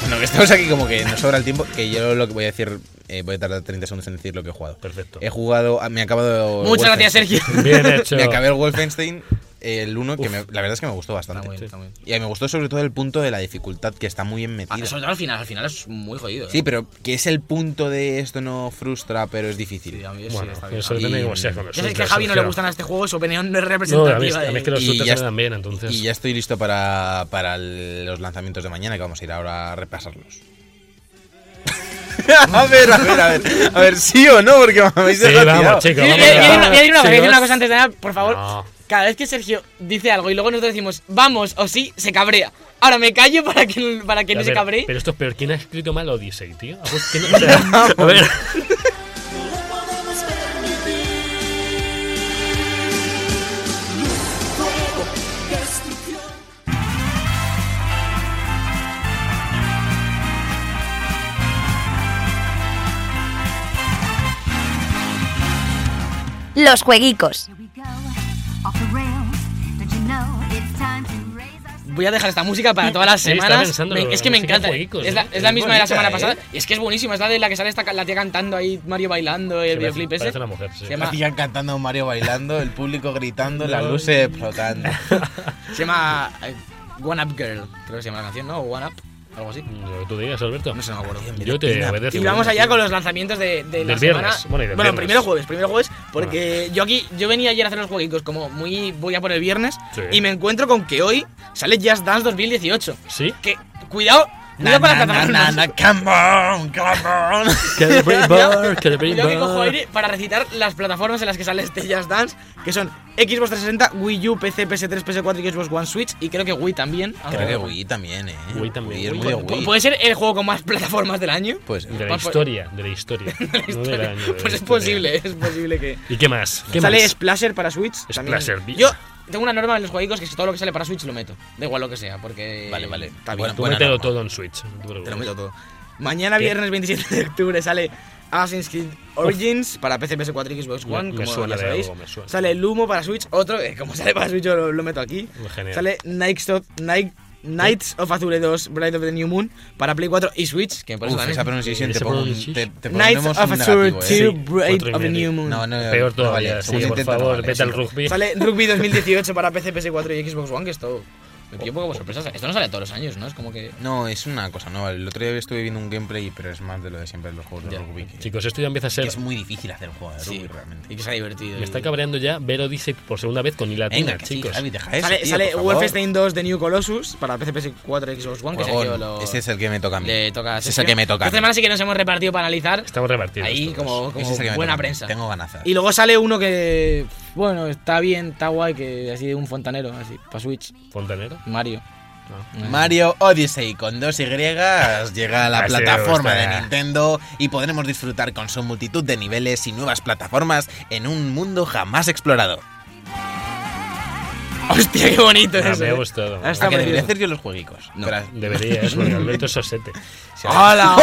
B: bueno, que estamos aquí como que nos sobra el tiempo. Que yo lo que voy a decir, eh, voy a tardar 30 segundos en decir lo que he jugado.
A: [LAUGHS]
C: [LAUGHS]
A: Perfecto.
B: He jugado, me he acabado.
C: Muchas gracias, Sergio.
B: [LAUGHS]
A: Bien hecho.
B: Me acabé el Wolfenstein, el 1, que me- la verdad es que me gustó
C: Está
B: bastante.
C: muy bien, está muy bien.
B: Y me gustó sobre todo el punto de la dificultad, que está muy bien
C: Ah,
B: metida.
C: sobre todo al final, al final es muy jodido. ¿eh?
B: Sí, pero que es el punto de esto no frustra, pero es difícil.
C: Sí, a mí sí,
A: Bueno,
C: está bien.
A: eso depende de cómo
B: Y-
A: seas con los
C: Ya sabéis que a
A: ultras,
C: Javi no le
A: Sergio.
C: gustan a este juego, su opinión no es
A: No,
C: representativa.
A: a mí, a mí
C: de-
A: es que los
B: Y
A: ultras
B: ya
A: me dan bien, entonces.
B: Y ya estoy listo para, para el- los lanzamientos de mañana, que vamos a ir ahora
A: [LAUGHS]
B: a repasarlos. a ver, a ver, a ver. A ver, sí o no, porque me habéis
A: Sí,
B: dejado
A: vamos,
B: tirado.
A: chicos.
C: Voy a-
A: vamos
C: voy a decir una- voy a decir una- voy a decir
A: Chicos.
C: una cosa antes de nada, por favor.
A: No.
C: Cada vez que Sergio dice algo y luego nosotros decimos vamos o sí, se cabrea. Ahora me callo para que, para que
A: A
C: no se
A: ver,
C: cabree.
A: Pero esto es peor. ¿Quién ha escrito mal Odyssey, tío? Ah, pues,
C: [LAUGHS]
A: ¿quién- o sea, a ver.
D: Los jueguicos.
E: Here we go, off the rails. Don't you know it's time to raise our
C: Voy a dejar esta música para todas las
A: Sí, estaba
C: semanas.
A: pensando,
C: Me-
A: la
C: es que me
A: música
C: encanta.
A: jueguicos,
C: es la,
A: ¿no?
C: es la
B: Es
C: misma de la
B: bonita,
C: semana
B: ¿eh?
C: pasada. Y es que es buenísima. Es la de la que sale esta, ca- la tía cantando ahí, Mario bailando, el
A: Sí,
C: videoclip
A: parece- parece
C: ese.
A: una mujer, sí.
C: se,
B: La
C: llama,
B: sigan cantando Mario bailando, el público gritando, las
A: [LAUGHS]
B: luces explotando.
C: se llama, eh, One Up Girl. Creo que se llama la canción, ¿no? O One Up, algo así.
A: Lo que tú digas, Alberto.
C: No sé, no me acuerdo.
A: Yo te
B: Mira,
A: obedezco.
C: Y vamos allá con los lanzamientos de, de la
A: Del viernes,
C: semana.
A: bueno, y del viernes.
C: primero jueves, primero jueves, porque yo aquí, yo venía ayer a hacer los jueguitos como muy, voy a por el viernes,
A: Sí.
C: y me encuentro con que hoy sale Just Dance 2018.
A: ¿Sí?
C: Que, cuidado, cuidado con
B: na,
C: las plataformas.
B: na, come on, come on.
A: [LAUGHS] Cadbury Bar, Cadbury
C: Cuidado que
A: Bar.
C: cojo aire para recitar las plataformas en las que sale este Just Dance, que son Xbox 360, Wii U, PC, PS3, PS4 y Xbox One Switch, y creo que Wii también.
B: Creo que Wii también, eh.
A: Wii también.
B: es
A: Wii
B: muy de
A: con-
B: Ah, Wii.
C: Puede ser el juego con más plataformas del año.
B: Pues,
A: De la
C: Pues-
A: historia, de la
C: [LAUGHS]
A: historia. no del año, de la
C: Pues es
A: historia.
C: posible, es posible que.
A: ¿Y qué más? ¿Qué
C: sale
A: más?
C: Splasher para Switch. también.
A: Splasher, bien.
C: Yo tengo una norma en los juegos que si todo lo que sale para Switch lo meto. Da igual lo que sea, porque.
B: Vale, vale.
C: Está bien.
B: Bueno,
A: Tú
B: buena
A: mételo
B: norma.
A: todo en Switch. no te preocupes.
C: Te lo meto todo. Mañana,
A: ¿Qué?
C: viernes 27 de octubre, sale Assassin's Creed Origins para PC, PS4 y Xbox
A: Me-
C: One.
A: me
C: como
A: suena
C: ya
A: de
C: sabéis.
A: algo, me suena.
C: Sale Lumo para Switch. Otro, eh, como sale para Switch, yo lo, lo meto aquí.
A: Genial.
C: Sale Knights of, Knight- Knights of Azure 2, Bride of the New Moon para Play 4 y Switch. Que me parece
B: Uf,
C: también.
B: esa pronunciación te,
A: Esa
B: pongo un-
A: pronunciación.
B: te, te
C: Knights
B: ponemos
C: of
B: un
C: Azure
B: negativo,
C: 2,
B: eh.
A: Cuatro y
C: Bride of the
A: medio.
C: New Moon.
B: No, no,
A: Peor
B: no
A: todavía.
B: vale,
A: sí,
B: somos
A: por
B: intento, no
A: favor,
B: vale,
A: vete al
B: sí.
A: rugby.
C: Sale Rugby 2018 para PC, PS4 y Xbox One, que esto me pilló un poco por sorpresa. Esto no sale todos los años, ¿no? Es como que...
B: No, es una cosa nueva. El otro día estuve viendo un gameplay, pero es más de lo de siempre de los juegos de
C: Ya.
B: rugby. Que,
A: Chicos, esto ya empieza a
B: que
A: ser.
B: es muy difícil hacer un juego de [LAUGHS] rugby,
C: Sí,
B: realmente.
C: Y que sea divertido.
A: Me está
C: y-
A: cabreando ya ver Odyssey por segunda vez con Hila
B: Venga, que sí,
A: chicos.
B: Javi, deja eso,
C: Sale,
B: tío,
C: sale
B: por favor.
C: Wolfenstein 2 de New Colossus para PC, PS4 y Xbox One, que
B: Juegón.
C: Sergio lo...
B: Ese es el que me toca a mí.
C: le toca a
B: Ese es el
C: Sergio.
B: que me toca a
C: Esta
B: mí.
C: semana sí que nos hemos repartido para analizar.
A: Estamos repartidos.
C: Ahí
A: todos.
C: como, como
B: Ese es el que me toca a
C: buena
B: mí.
C: prensa.
B: Tengo ganazas.
C: Y luego sale uno que... Bueno, está bien, está guay, que así de un fontanero, así, para Switch.
A: Fontanero.
B: [LAUGHS]
C: Mario. Eh,
B: Mario Odyssey con dos Y llega a
A: [LAUGHS]
B: la
A: Así me
B: plataforma
A: gusta.
B: de Nintendo y podremos disfrutar con su multitud de niveles y nuevas plataformas en un mundo jamás explorado.
C: Hostia, qué bonito
A: Ah,
C: eso.
A: me ha
C: eh.
A: gustado.
C: Ah,
B: ¿A
C: está
B: que debería
C: precioso.
B: hacer yo los jueguicos?
C: No.
B: Espera. [LAUGHS]
A: Debería, [LAUGHS] es porque Alberto es
C: [LAUGHS]
A: sosete.
C: ¡Hala!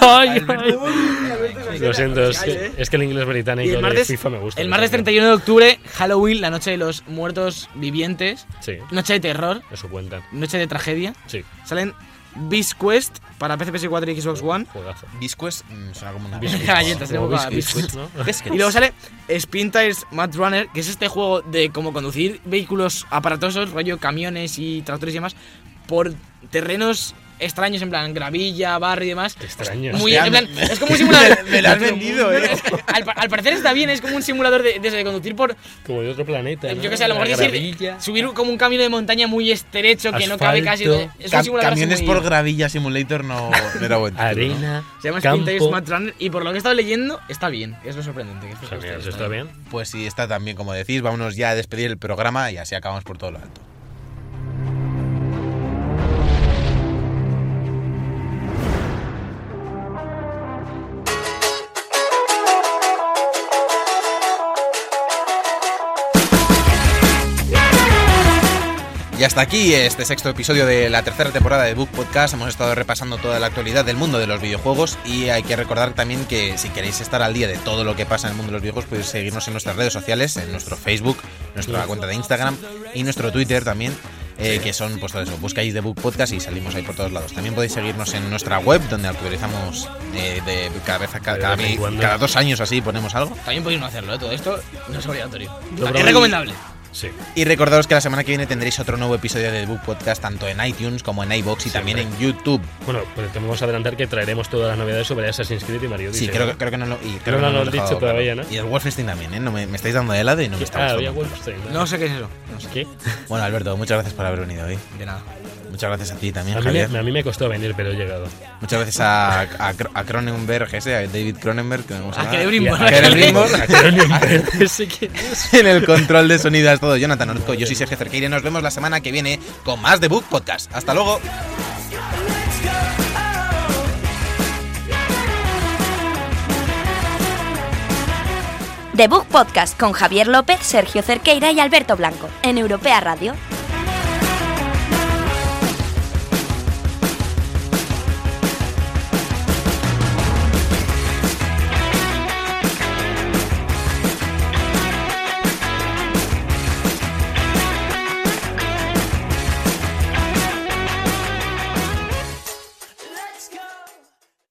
A: Ay, ay. Lo siento, es
C: Ay,
A: que,
C: eh.
A: es que el inglés británico
C: Y el
A: de
C: martes,
A: FIFA me gusta.
C: el martes 31 de octubre, Halloween, la noche de los muertos vivientes,
A: Sí,
C: noche de terror,
A: eso cuenta.
C: noche de tragedia.
A: Sí.
C: Salen Beast Quest para PC, PS4 y Xbox One. [LAUGHS]
A: Juegazo.
B: Biscuits mm, suena como una
A: Biscuits.
C: Galletas,
A: Como
C: tengo para
A: biscuits, ¿no?
C: Y luego sale Spin Tires Mad Runner, que es este juego de como conducir vehículos aparatosos, rollo camiones y tractores y demás, por terrenos extraños, en plan gravilla, barrio y demás.
A: Qué extraño.
C: Muy,
B: Hostia,
C: en plan,
B: me-
C: es como un simulador.
B: me- [LAUGHS] me
C: [LAUGHS]
B: la has vendido, eh.
C: Al, pa- al parecer está bien, es como un simulador de, de eso, de conducir por
A: [LAUGHS] Como de otro planeta. ¿no?
C: Yo que sé, a lo
A: La
C: mejor decir,
A: gravilla.
C: subir como un camino de montaña muy estrecho que no cabe casi.
A: Asfalto,
C: Es un
B: Ca-
C: simulador así
B: camiones
C: muy-
B: por gravilla simulator no, no era bueno.
A: Arena.
C: Se llama Spin Tires
A: campo.
C: Mad Runner y por lo que he estado leyendo, está bien. Es lo sorprendente. que es lo que
A: Genial,
C: estoy-
A: eso está bien.
B: Pues sí, está también, como decís, vámonos ya a despedir el programa y así acabamos por todo lo alto. Y hasta aquí este sexto episodio de la tercera temporada de Book Podcast. Hemos estado repasando toda la actualidad del mundo de los videojuegos y hay que recordar también que si queréis estar al día de todo lo que pasa en el mundo de los videojuegos, pues podéis seguirnos en nuestras redes sociales, en nuestro Facebook, nuestra cuenta de Instagram y nuestro Twitter también. eh, que son, pues todo eso, buscáis The Book Podcast y salimos ahí por todos lados. También podéis seguirnos en nuestra web, donde actualizamos eh, de cada vez, a ca-
A: De
B: cada,
A: vez en
B: mi-
A: cuando.
B: cada dos años así ponemos algo.
C: También podéis no hacerlo, ¿eh? todo esto no es obligatorio.
A: Lo
C: es
A: probable-
C: recomendable.
A: Sí.
B: Y recordaros que la semana que viene tendréis otro nuevo episodio de The Book Podcast, tanto en iTunes como en iBox y también en YouTube.
A: Bueno, pues te vamos a adelantar que traeremos todas las novedades sobre Assassin's Creed y Mario
B: Sí,
A: Odyssey,
B: creo,
A: ¿no?
B: que- creo que no lo, y
A: Creo
B: creo que
A: no lo
B: hemos
A: has dicho
B: dejado
A: todavía, ¿no?
B: Y el Wolfenstein también, ¿eh? No me, me estáis dando helado y no me está
A: Ah, había
B: gustando.
A: Wolfenstein. ¿no?
C: No sé qué es eso. No sé.
A: ¿Qué?
B: Bueno, Alberto, muchas gracias por haber venido hoy.
C: De nada.
B: Muchas gracias a ti también,
A: A mí,
B: Javier.
A: me, a mí me costó venir, pero he llegado.
B: Muchas gracias a, a, Cro- a Cronenberg, ese, a David Cronenberg, que no
A: Ah,
B: vamos
C: A
B: hablar.
C: Cronenberg.
B: Y a- a Cronenberg.
A: A [LAUGHS] Cronenberg, ese que es.
B: [LAUGHS] en el control de sonido es todo. Jonathan Orozco, yo soy Sergio Cerqueira y nos vemos la semana que viene con más The Book Podcast. ¡Hasta luego!
D: The Book Podcast con Javier López, Sergio Cerqueira y Alberto Blanco en Europea Radio.